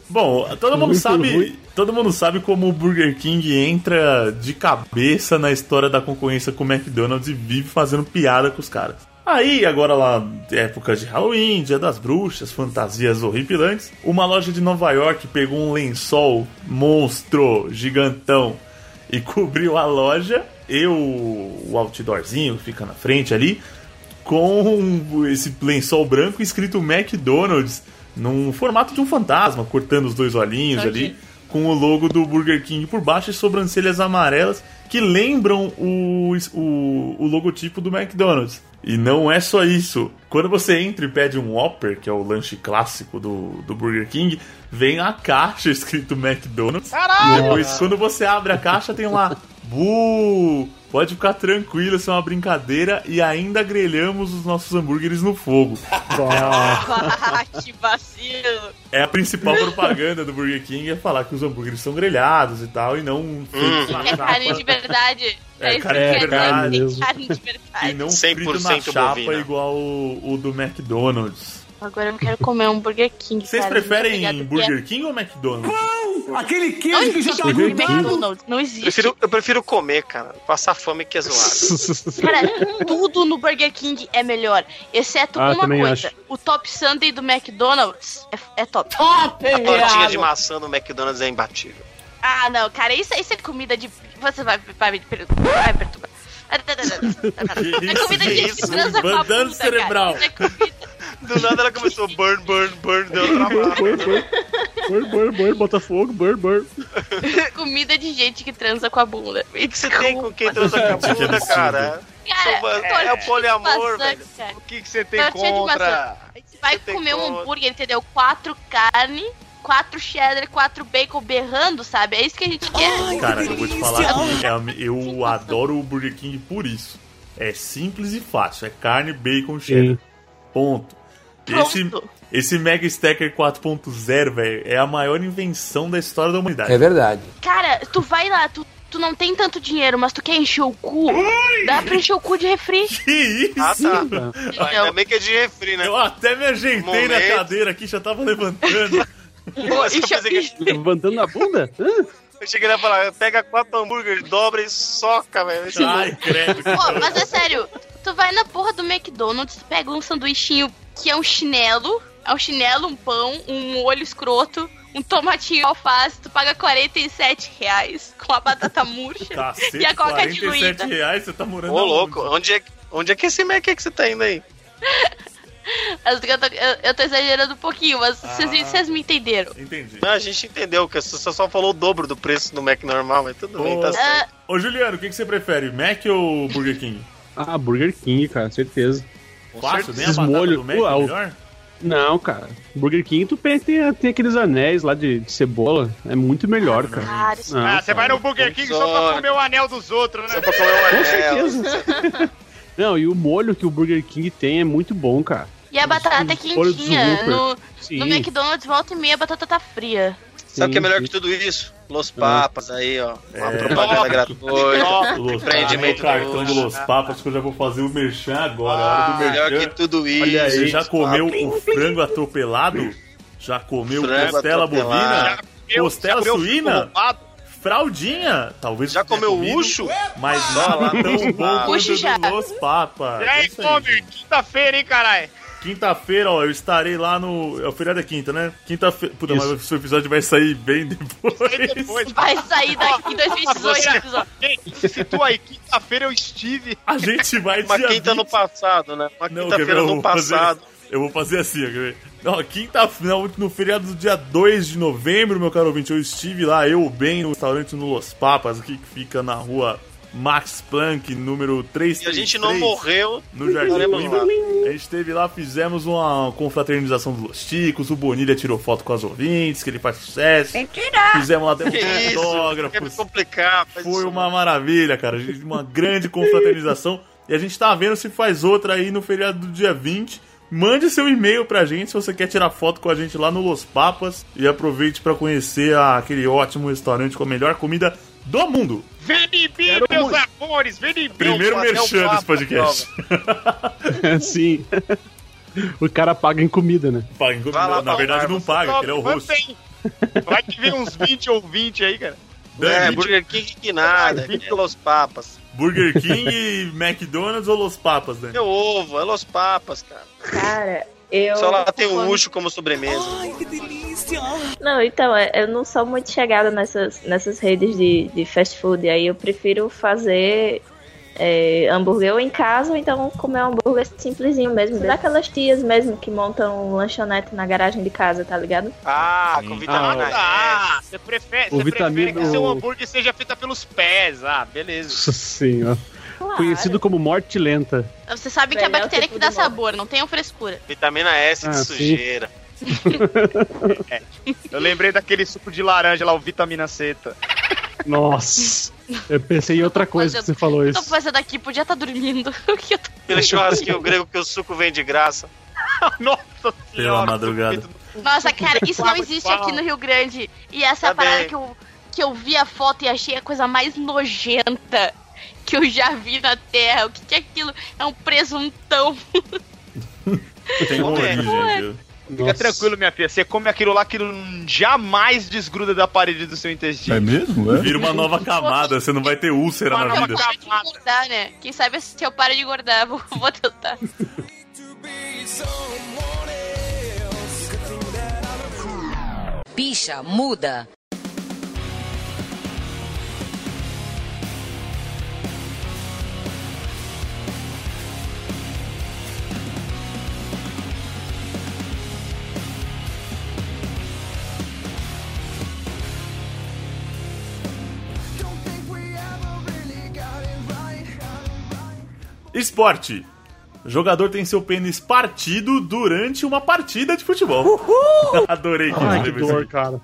Bom, todo mundo Muito sabe, ruim. todo mundo sabe como o Burger King entra de cabeça na história da concorrência com o McDonald's e vive fazendo piada com os caras. Aí, agora lá, época de Halloween, Dia das Bruxas, fantasias horripilantes, uma loja de Nova York pegou um lençol monstro, gigantão, e cobriu a loja e o, o outdoorzinho que fica na frente ali com esse lençol branco escrito McDonald's num formato de um fantasma, cortando os dois olhinhos ali, com o logo do Burger King por baixo e sobrancelhas amarelas que lembram o, o, o logotipo do McDonald's. E não é só isso. Quando você entra e pede um Whopper, que é o lanche clássico do, do Burger King, vem a caixa escrito McDonald's. E depois, quando você abre a caixa, tem lá. Bu! Pode ficar tranquilo, isso é uma brincadeira e ainda grelhamos os nossos hambúrgueres no fogo. Ah, que vacilo. É a principal propaganda do Burger King é falar que os hambúrgueres são grelhados e tal, e não fritos na É carne de chapa. verdade. É carne de isso que eu quero dizer, verdade tem mesmo. Carne de E verdade. não 100% frito na chapa bovina. igual o, o do McDonald's. Agora eu não quero comer um Burger King. Vocês cara. Eu não preferem sei o que é. Burger King ou McDonald's? Aquele queijo que já tá Não existe grudado. McDonald's, não existe. Eu prefiro, eu prefiro comer, cara. Passar fome que é zoado. Cara, tudo no Burger King é melhor. Exceto Ah, uma também coisa. acho. O Top Sunday do McDonald's é, é top. Top, A tortinha de viado. maçã no McDonald's é imbatível. Ah, não, cara, isso, isso é comida de. Você vai, vai me per- vai me perturbar. Ah, não, não, não, não, não, não. Que É comida de isso, gente que transa com a Bandana bunda, cerebral. cara. Isso é comida- Do nada ela começou burn, burn, burn, deu trabalho. Burn, burn, burn, burn, burn, Botafogo, burn, burn. comida de gente que transa com a bunda. O que, que você tem com quem transa com a bunda, cara? Cara, É, é o poliamor, maçã, velho. cara. O que que você tem Tortinha de contra? maçã. Vai Você tem comer um como- hambúrguer, entendeu? Quatro carne, quatro cheddar, quatro bacon berrando, sabe? É isso que a gente quer. Cara, eu vou te falar, é a me- eu adoro o Burger King por isso. É simples e fácil. É carne, bacon, cheddar. Ponto. Esse, Pronto. esse Mega Stacker 4.0, velho, é a maior invenção da história da É. humanidade. verdade. Cara, tu vai lá, tu, tu não tem tanto dinheiro, mas tu quer encher o cu, dá pra encher o cu de refri. Que isso? Ah, tá. Ainda bem que é de refri, né? Eu até me ajeitei na Momento. cadeira aqui, já tava levantando. Pô, é essa coisa que- Levantando a bunda? Hã? eu cheguei lá e falar, pega quatro hambúrgueres, dobra e soca, velho. Ai, credo. que Pô, mas é sério, tu vai na porra do McDonald's, tu pega um sanduichinho que é um chinelo, é um chinelo, um pão, um molho escroto, um tomatinho alface, tu paga 47 reais com a batata murcha Tá. Cacete, e a coca 47 diluída. reais, você tá morando Ô, aonde? louco, onde é, onde é que esse Mac é que você tá indo aí? Eu tô, eu- eu tô exagerando um pouquinho, mas Ah. vocês vocês me entenderam. Entendi. Não, a gente entendeu que você só falou o dobro do preço do Mac normal, mas tudo bem, tá Ô. Ah, certo. Ô, Juliano, o que, que você prefere, Mac ou Burger King? Ah, Burger King, cara, certeza. Fácil, nem a Esses batata molhos, do Mac ué, é o- melhor? Não, cara. Burger King, tu pe- tem, tem aqueles anéis lá de, de cebola. É muito melhor, cara. Cara, isso Não, Ah, você vai cara. no Burger King só pra Só- comer o anel dos outros, né? Só pra comer um Com anel. certeza. Não, e o molho que o Burger King tem é muito bom, cara. E a batata é Folha de quentinha. super. No, é Sim. no McDonald's, volta e meia, a batata tá fria. Sabe o que é Sim, melhor sim. que tudo isso? Los Papas aí, ó. Uma É. propaganda gratuita. Ó, O Los Empreendimento Papas, cartão do hoje. Los Papas, que eu já vou fazer o merchan agora, a hora do Ah, Melhor merchan. que tudo isso. Olha aí, já Los comeu Papas. o frango atropelado? Já comeu Frango costela atropelado. bovina? Costela meu suína? roubado. Fraldinha? Talvez Já tenha comeu comido, ucho? Mas não é lá, tão Los bom Papas. quanto Ucho já. do Los Papas. E aí, É isso aí, come, quinta-feira, hein, caralho? Quinta-feira, ó, eu estarei lá no. É o feriado é quinta, né? Quinta-feira. Puta, Isso. mas o seu episódio vai sair bem depois. Depois, Vai sair daqui em 2018 Você- episódio. gente, se situa aí, quinta-feira eu estive. A gente vai Uma dia quinta no 20. passado, né? Uma Não, quer ver? quinta-feira Eu no vou fazer- passado. Eu vou fazer assim, ó, quer ver? Não, quinta-feira, no feriado do dia 2 de novembro, meu caro ouvinte, eu estive lá, eu bem, no restaurante no Los Papas, aqui que fica na rua Max Planck, número 3. E a gente não morreu. No Jardim Estaremos Coimbra. A gente esteve lá, fizemos uma confraternização dos Los Ticos, o Bonilha tirou foto com as ouvintes, que ele faz sucesso. Mentira! Fizemos lá, um demos Que isso? Quer me autógrafos. complicar? um faz É, Foi isso. uma maravilha, cara. Uma grande confraternização. E a gente tá vendo se faz outra aí no feriado do dia 20. Mande seu e-mail pra gente se você quer tirar foto com a gente lá no Los Papas. E aproveite pra conhecer a- aquele ótimo restaurante com a melhor comida do mundo. Vem em mim, meus amores, vem em mim. Primeiro até o merchan Papa desse podcast. Sim. o cara paga em comida, né? Paga em comida. Vai lá, Na Palmar, verdade, não você paga, Só ele é o host. mantém. Vai que vem uns 20 ou 20 aí, cara. É, Dani, Burger King que nada. que é Los Papas. Burger King, e McDonald's ou Los Papas, né? Dani? Meu ovo, é Los Papas, cara. Cara, eu. Só lá tem o Ucho como sobremesa. Não, então, é- eu não sou muito chegada nessas, nessas redes de, de fast food. Aí eu prefiro fazer é, hambúrguer ou em casa, ou então comer um hambúrguer simplesinho mesmo. Daquelas tias mesmo que montam um lanchonete na garagem de casa, tá ligado? Ah, com vitamina Ah, você prefere, O você prefere que vitamina- seu o- hambúrguer seja feito pelos pés. Ah, beleza. Nossa senhora. Claro. Conhecido como morte lenta. Você sabe que é a Melhor bactéria tipo que de dá moda. sabor, não tenham frescura. S, vitamina S Ah, de sim. sujeira. Eu lembrei daquele suco de laranja lá, o vitamina C. tá? Nossa. Eu pensei em outra coisa que você falou Tô isso. fazendo aqui, podia estar tá dormindo. O que eu tô- Aquele churrasquinho grego que o suco vem de graça. Nossa Pela senhora. madrugada. Nossa, cara, isso não Fala, existe fala. aqui no Rio Grande. E essa é a Tá parada bem. que eu, que eu vi a foto e achei a coisa mais nojenta que eu já vi na Terra. O que, que é aquilo? É um presuntão. Tem uma Ué. origem, viu? Fica tranquilo, minha filha. Você come aquilo lá que não- jamais desgruda da parede do seu intestino. É mesmo? É? Vira uma nova camada, você não vai ter úlcera Uma É na nova vida. camada. Para de engordar, né? Quem sabe se eu paro de engordar, vou, vou tentar. Picha muda. Esporte. Jogador tem seu pênis partido durante uma partida de futebol. Adorei que Ai, que escreveu dor, isso cara.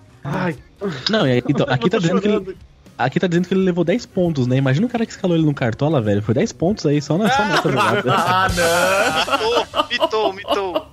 Não, e- então, aqui Eu tá tô dizendo que ele. chorando. Aqui tá dizendo que ele levou 10 pontos, né? Imagina o cara que escalou ele no cartola, velho. Foi 10 pontos aí só, na, só nessa aqui. jogada. Ah, não! Mitou, mitou, mitou.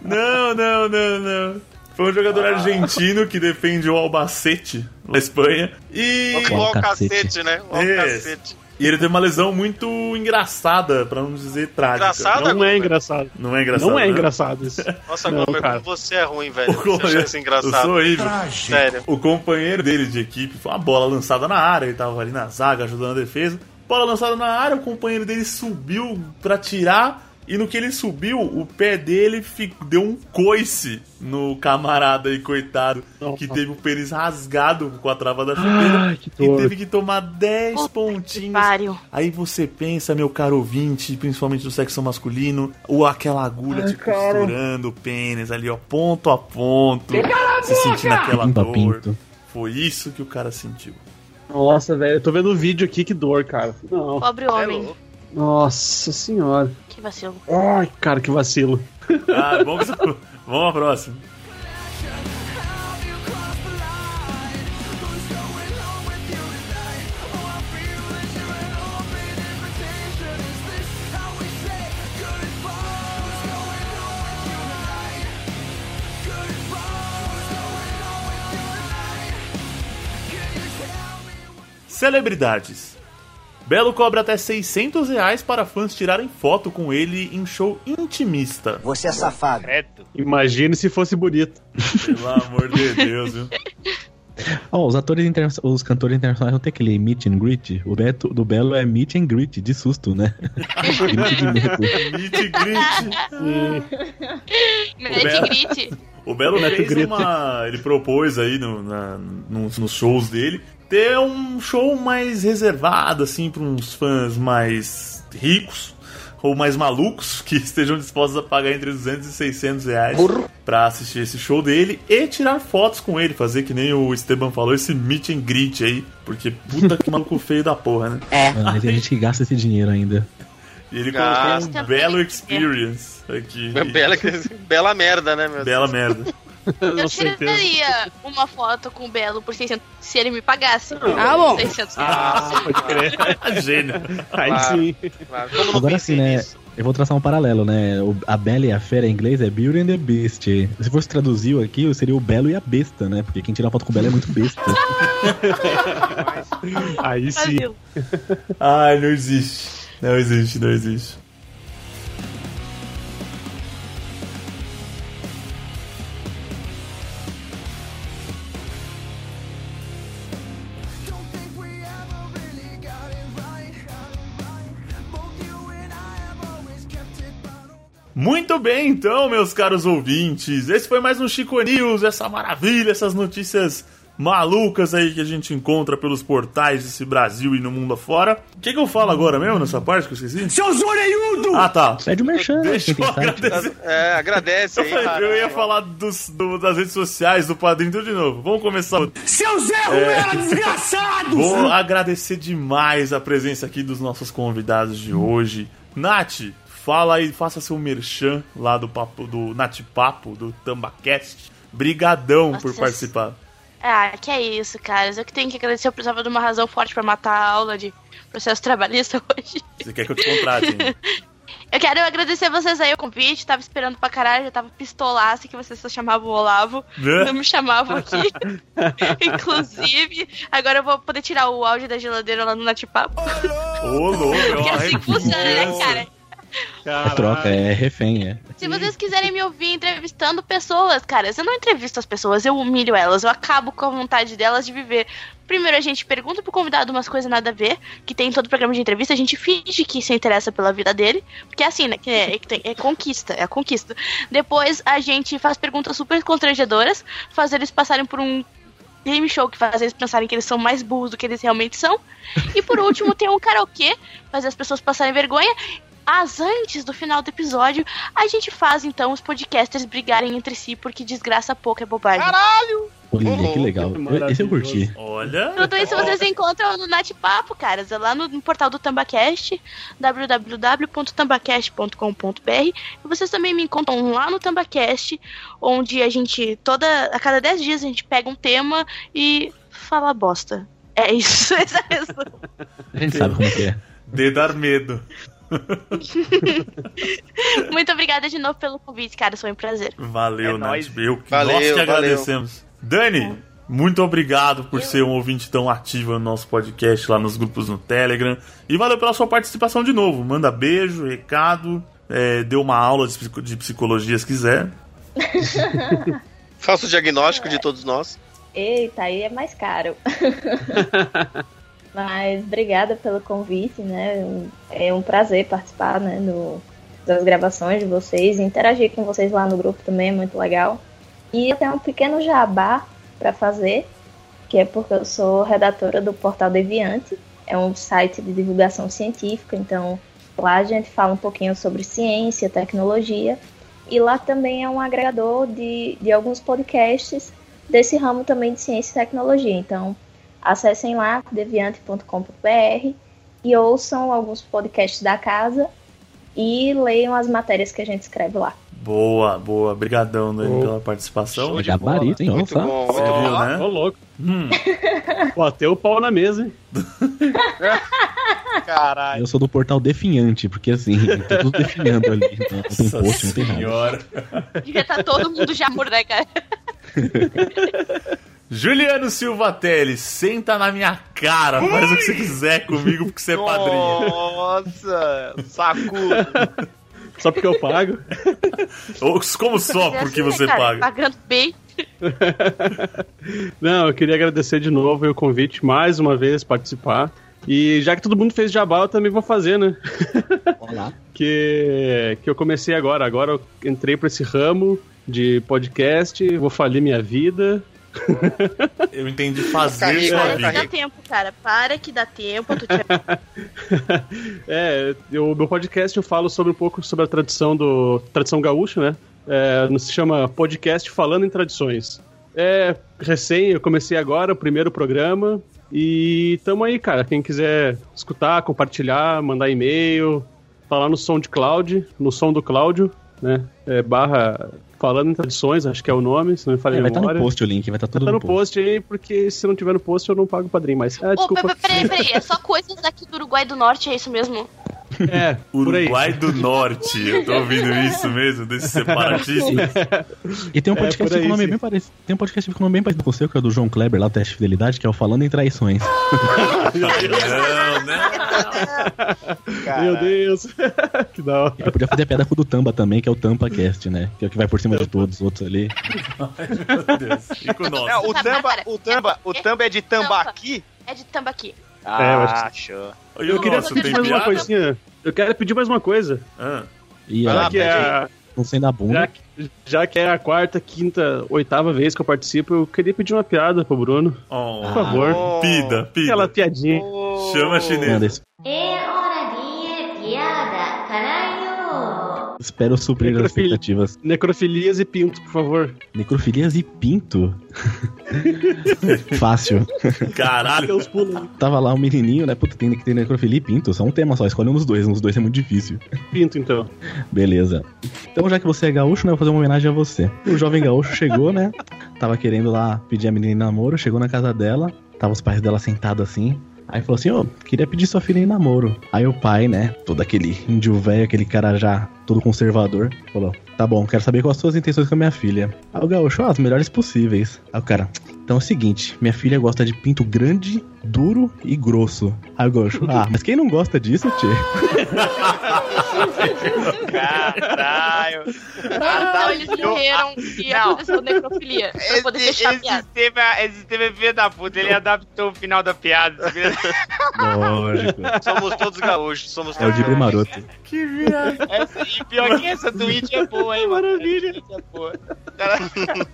Não, não, não, não. Foi um jogador Ah. argentino que defende o Albacete, na Espanha. E, O Ó, Alcacete, né? O Isso. Alcacete. e ele teve uma lesão muito engraçada, pra não dizer trágica. Engraçada? Não, Não é engraçado. não é engraçado. Não é né? engraçado isso. Nossa, Não, Glomer, cara. como você é ruim, velho. Glomer, Você acha isso Eu sou engraçado? horrível. Sério. O companheiro dele de equipe foi uma bola lançada na área, ele tava ali na zaga ajudando a defesa. Bola lançada na área, o companheiro dele subiu pra tirar e no que ele subiu, o pé dele fi- deu um coice no camarada aí, coitado, que teve o pênis rasgado com a trava da chuteira Ai, que e dor. teve que tomar 10 Puta que pontinhos Pariu. Aí você pensa, meu caro ouvinte, principalmente do sexo masculino, ou aquela agulha te costurando o pênis ali, ó, ponto a ponto, se sentindo aquela Pimba dor. pinto. Foi isso que o cara sentiu. Nossa, velho, eu tô vendo o vídeo aqui, que dor, cara. Não. Pobre É homem. louco. Nossa senhora. Que vacilo. Ai, cara, que vacilo. Ah, bom que você... Vamos à próxima. Celebridades. Belo cobra até 600 reais para fãs tirarem foto com ele em show intimista. Você é safado. Credo. Imagine se fosse bonito. Pelo amor de Deus, viu? Ó, os atores interna... os cantores internacionais não tem aquele meet and greet. O Beto do Belo é meet and greet, de susto, né? Meet de medo. Meet and greet. é? Mete grite. O Belo Neto fez Grito. uma. Ele propôs aí no, na- nos, nos shows dele ter um show mais reservado, assim, para uns fãs mais ricos ou mais malucos que estejam dispostos a pagar entre 200 e 600 reais pra assistir esse show dele e tirar fotos com ele, fazer que nem o Esteban falou, esse meet and greet aí, porque puta que maluco feio da porra, né? Mano, Ah, mas tem gente que gasta esse dinheiro ainda. E ele Gasta. colocou um belo experience aqui. Bela, bela merda, né, meu? Bela merda. Eu Com certeza. tiraria uma foto com o Belo por 600 se ele me pagasse. Ah, bom. 600 Ah, pode crer. Gênio. Aí Claro. sim. Claro. Como não Agora pensei sim, né? nisso? Eu vou traçar um paralelo, né? O- A Bela e a Fera em inglês é Beauty and the Beast. Se fosse traduzir aqui, seria o Belo e a Besta, né? Porque quem tira foto com o Belo é muito besta. Aí sim. Brasil. Ai, não existe. Não existe, não existe. Muito bem, então, meus caros ouvintes. Esse foi mais um Chico News, essa maravilha, essas notícias malucas aí que a gente encontra pelos portais desse Brasil e no mundo afora. O que, que eu falo agora mesmo nessa parte que eu esqueci? Seu orelhudo! Ah, tá. É de um merchan, né? Deixa Quem eu sabe. agradecer. É, agradece aí. cara. Eu ia falar dos- do- das redes sociais, do padrinho, tudo de novo. Vamos começar. o- Seu Zé Ruela, desgraçado! Uhum. Vou agradecer demais a presença aqui dos nossos convidados de hoje. Nath, fala aí, faça seu merchan lá do papo do Nath Papo, do Tambacast. Brigadão por Nossa. é participar. Ah, que é isso, cara. Eu que tenho que agradecer. Eu precisava de uma razão forte pra matar a aula de processo trabalhista hoje. Você quer que eu te contrate? hein? Eu quero agradecer vocês aí o convite. Tava esperando pra caralho, já tava pistolaça que vocês só chamavam o Olavo. Não me chamavam aqui. Inclusive, agora eu vou poder tirar o áudio da geladeira lá no Natipapo. Ô, louco, é Porque uma assim funciona, né, repugnância. cara? É troca, é refém, é. Se vocês quiserem me ouvir entrevistando pessoas, cara, eu não entrevisto as pessoas, eu humilho elas, eu acabo com a vontade delas de viver. Primeiro a gente pergunta pro convidado umas coisas nada a ver, que tem em todo programa de entrevista, a gente finge que se interessa pela vida dele, porque é assim, né, que é, é que tem- é conquista, é a conquista. Depois a gente faz perguntas super constrangedoras, faz eles passarem por um game show que faz eles pensarem que eles são mais burros do que eles realmente são. E por último tem um karaokê, fazer as pessoas passarem vergonha. As antes do final do episódio, a gente faz então os podcasters brigarem entre si, porque desgraça pouco é bobagem. Caralho! Olha, que legal. Eu- Esse eu curti. Olha. Tudo isso vocês encontram no Nat Papo, caras, é lá no, no portal do Tambacast, www.tambacast.com.br. E vocês também me encontram lá no Tambacast, onde a gente, toda a cada 10 dias, a gente pega um tema e fala bosta. É isso, essa é a resposta. A gente sabe como que é. De dar medo. Muito obrigada de novo pelo convite, cara. Foi um prazer. Valeu, É Nath. nóis. Eu que Valeu, nós que valeu. agradecemos. Dani, muito obrigado por ser um ouvinte tão ativo no nosso podcast lá nos grupos no Telegram. E valeu pela sua participação de novo. Manda beijo, recado. é, deu uma aula de psico- de psicologia se quiser. Faça o diagnóstico de todos nós. Eita, aí é mais caro. Mas obrigada pelo convite, né? É um prazer participar né, do- das gravações de vocês, interagir com vocês lá no grupo também é muito legal. E eu tenho um pequeno jabá para fazer, que é porque eu sou redatora do Portal Deviante, é um site de divulgação científica, então lá a gente fala um pouquinho sobre ciência, tecnologia, e lá também é um agregador de, de alguns podcasts desse ramo também de ciência e tecnologia. Então, acessem lá, deviante.com.br, e ouçam alguns podcasts da casa e leiam as matérias que a gente escreve lá. Boa, boa. Obrigadão, Dani, Boa. pela participação. Show de É Gabarito, hein? Muito Nossa. bom, Você muito bom. viu, né? Ô, louco. Hum, Bateu o pau na mesa, hein? Caralho. Eu sou do portal definhante, porque assim, tá tudo definhando ali. Então, não tem nossa post, não tem nada. senhora. Devia estar todo mundo já morto, né, cara? Juliano Silva Teles, senta na minha cara. Faz o que você quiser comigo, porque você é padrinho. Nossa, saco. Só porque eu pago. Ou como só porque assim, né, você cara? paga. Pagando bem. Não, eu queria agradecer de novo o convite, mais uma vez, participar. E já que todo mundo fez jabá, eu também vou fazer, né? Olá. que, que eu comecei agora. Agora eu entrei pra esse ramo de podcast, vou falir minha vida. Eu entendi fazer Carrega, sua Para que vida. dá tempo, cara. Para que dá tempo. eu tô te- é, eu, meu podcast eu falo sobre um pouco sobre a tradição do tradição gaúcha, né? É, se chama podcast falando em tradições. É recém, eu comecei agora o primeiro programa e tamo aí, cara. Quem quiser escutar, compartilhar, mandar e-mail, tá lá no som de Cláudio, no som do Cláudio, né? É, barra falando em tradições, acho que é o nome, se não me falha É, a vai estar memória. no post o link, vai estar tudo tá no no post. post aí, porque se não tiver no post eu não pago o padrinho mais. Ah, Ô, desculpa. pe- pe- peraí, peraí. É só coisas daqui do Uruguai do Norte, é isso mesmo? É, por aí. Uruguai do Norte. Eu tô ouvindo isso mesmo, desses separatistas. E tem um É, podcast por aí, com nome sim. bem parecido. Tem um podcast com nome bem parecido com o seu, que é o do João Kleber, lá do Teste de Fidelidade, que é o Falando em Traições. Não, né? Meu Deus. que da hora. Eu podia fazer a piada com o do Tamba também, que é o TampaCast, né? Que é o que vai por cima de todos os outros ali. Meu Deus. E com É, nós. Não, É, o tamba, o tamba, o tamba é de tambaqui? É de tambaqui. É, eu acho Ah, show. E eu queria queria Nossa, pedir tem mais uma piada? coisinha. Eu quero pedir mais uma coisa. Ah, E Vai ó, lá, Já que, é, a- não sendo a já, bunda. que- já que é a quarta, quinta, oitava vez que eu participo, eu queria pedir uma piada pro Bruno. oh. Por favor. Oh. Pida, pida. Aquela piadinha. Chama a chinesa. Manda, es- Espero suprir as Necrofilia. expectativas. Necrofilias e pinto, por favor. Necrofilias e pinto? Fácil. Caralho. Deus pula aí. Tava lá um menininho, né? Puta, tem que ter necrofilia e pinto. Só um tema só, escolhe um dos dois. Um dos dois é muito difícil. pinto, então. Beleza. Então, já que você é gaúcho, né? Eu vou fazer uma homenagem a você. O jovem gaúcho chegou, né? Tava querendo lá pedir a menina em namoro, chegou na casa dela, tava os pais dela sentados assim. Aí falou assim, ô, queria pedir sua filha em namoro. Aí o pai, né, todo aquele índio velho, aquele cara já todo conservador, falou, tá bom, quero saber quais as suas intenções com a minha filha. Aí o gaúcho, ah, as melhores possíveis. Aí o cara, Então é o seguinte, minha filha gosta de pinto grande, duro e grosso. Aí eu gosto, ah, mas quem não gosta disso, tio? Caralho. Então eles morreram e Não. aconteceu necrofilia. Pra poder Esse, fechar a esse, piada. tema, esse tema é filho da puta, ele adaptou o final da piada. Lógico, Somos todos gaúchos, somos é o todos Dibre Maroto. Que viagem. Essa, e É pior que essa tweet é boa, hein, mano? Maravilha. É boa. Caralho.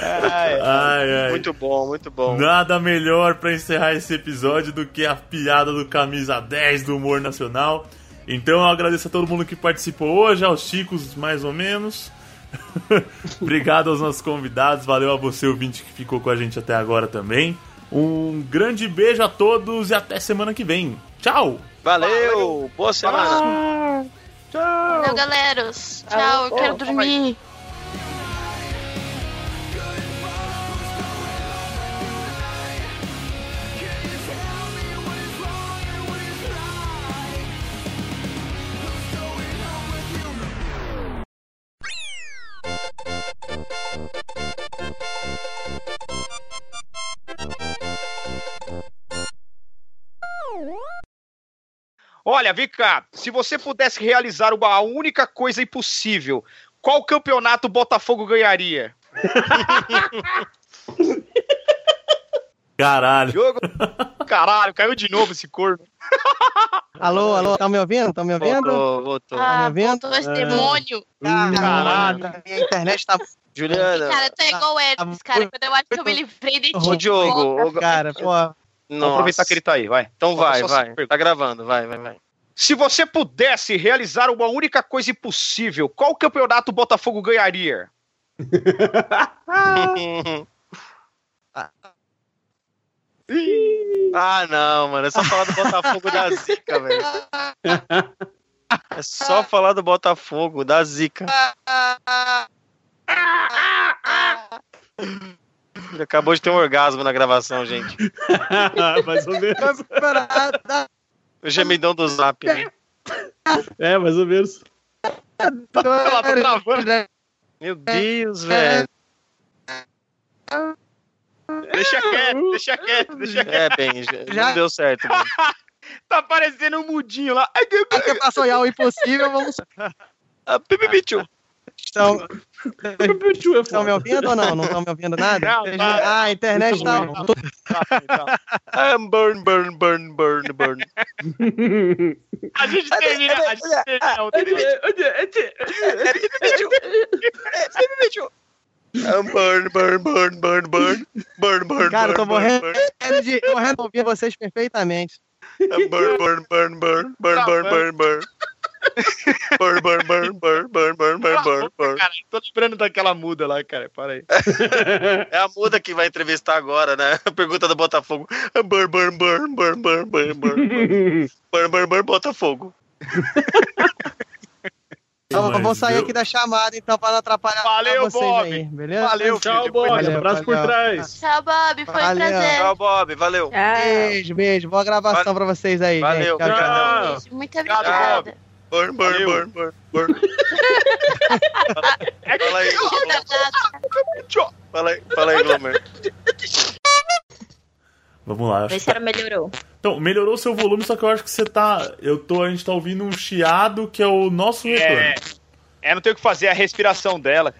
Ai, Ai, ai. Muito bom, muito bom. Nada melhor pra encerrar esse episódio do que a piada do camisa 10 do humor nacional. Então eu agradeço a todo mundo que participou hoje, aos Chicos mais ou menos. Obrigado aos nossos convidados, valeu a você ouvinte que ficou com a gente até agora também. Um grande beijo a todos e até semana que vem. Tchau! Valeu, boa semana. Valeu, galera. Tchau, eu quero dormir. Olha, vem cá. Se você pudesse realizar uma única coisa impossível, qual campeonato o Botafogo ganharia? Caralho! Jogo? Caralho, caiu de novo esse corno. Alô, alô, tá me ouvindo? Tá me ouvindo? Voltou, voltou. Ah, vendo? voltou esse demônio. Caralho, minha internet tá. Juliana, Cara, tá igual o Elvis, cara. Quando eu acho que eu me livrei de ti. ô Diogo, ô, Cara, pô. Vamos nossa. aproveitar que ele tá aí, vai. Então vai, Só- só vai. se- Tá gravando, vai, vai, vai. Se você pudesse realizar uma única coisa impossível, qual campeonato o Botafogo ganharia? ah, não, mano. É só falar do Botafogo da Zica, velho. É só falar do Botafogo da Zica. Ele acabou de ter um orgasmo na gravação, gente. mais ou menos. O gemidão do Zap. né? É, mais ou menos. Ela tá travando. Meu Deus, velho. Deixa quieto, deixa quieto, deixa quieto. É, bem, já, não deu certo. Ben. Tá parecendo um mudinho lá. Ai, que- Aí que é pra sonhar o impossível, vamos. Ah, pipipichu. Estão, Tchau, é estão me foda. ouvindo ou não? Não estão me ouvindo nada? Não, tá. Ah, a internet tá. Ah, burn, burn, burn, burn, burn. A gente termina, a gente termina outra. Ah, burn, burn, burn, burn, burn. Burn, burn, Cara, eu tô burn, burn, morrendo burn. de morrendo de ouvir vocês perfeitamente. Burn, burn, burn, burn, burn, burn, burn, burn. Burn, burn, burn, burn, burn, burn, burn, burn, burn. Cara, tô lembrando daquela muda lá, cara. Para aí. É a muda que vai entrevistar agora, né? A pergunta do Botafogo. Ah, Burn, burn, burn, burn, burn, burn, burn. Burn, burn, burn, Botafogo. Então, eu Mas vou sair eu- aqui da chamada, então, pra não atrapalhar Valeu, vocês Bob. aí, beleza? Valeu, Tchau, filho. boy. Valeu, Abraço por valeu. trás. Tchau, Bob. Foi um Valeu. prazer. Tchau, Bob. Valeu. Ah, Beijo, beijo. Boa gravação pra vocês aí. Valeu, gente. É, Tchau, tchau. Tchau. Muito obrigada. Burn, burn, Valeu. burn, burn, burn. Fala aí, Um abraço. fala aí, fala aí, Glomer. Vamos lá, acho vê se ela melhorou. Então, melhorou seu volume, só que eu acho que você tá. Eu tô, a gente tá ouvindo um chiado que é o nosso retorno. É, é, não tem o que fazer, é a respiração dela.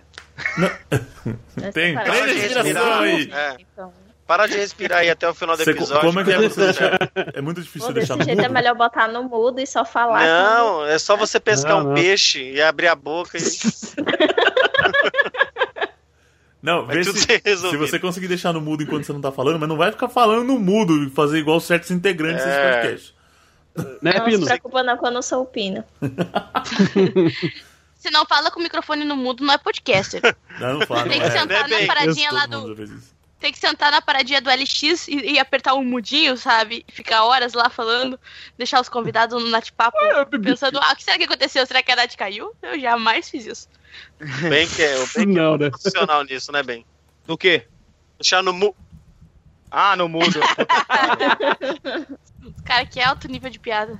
Tem Essa três parada. respirações aí. É. Então, Para de respirar aí até o final do Você- episódio. como é que é você deixar? É muito pô, difícil deixar desse no jeito é mudo. melhor botar no mudo e só falar. Não, é só você pescar Não, um não. peixe e abrir a boca e Não, vai vê É tudo se, ser se resolvido. você conseguir deixar no mudo enquanto você não tá falando, mas não vai ficar falando no mudo e fazer igual certos integrantes desse É. podcast. Né, É Não é se Pino? preocupa não que eu não sou o Pino. Se não fala com o microfone no mudo, não é podcaster. Não, não fala. Tem não que é. né, sentar bem? na paradinha lá Todo do. mundo já fez isso. Tem que sentar na paradinha do LX e, e apertar um mudinho, sabe? E Ficar horas lá falando, deixar os convidados no nate-papo pensando, ah, o que será que aconteceu? Será que a Nath caiu? Eu jamais fiz isso. Bem que é, o bem que é Não, né? profissional nisso, né, Bem? No quê? Deixar no mu... Ah, no mudo. Cara, que alto nível de piada.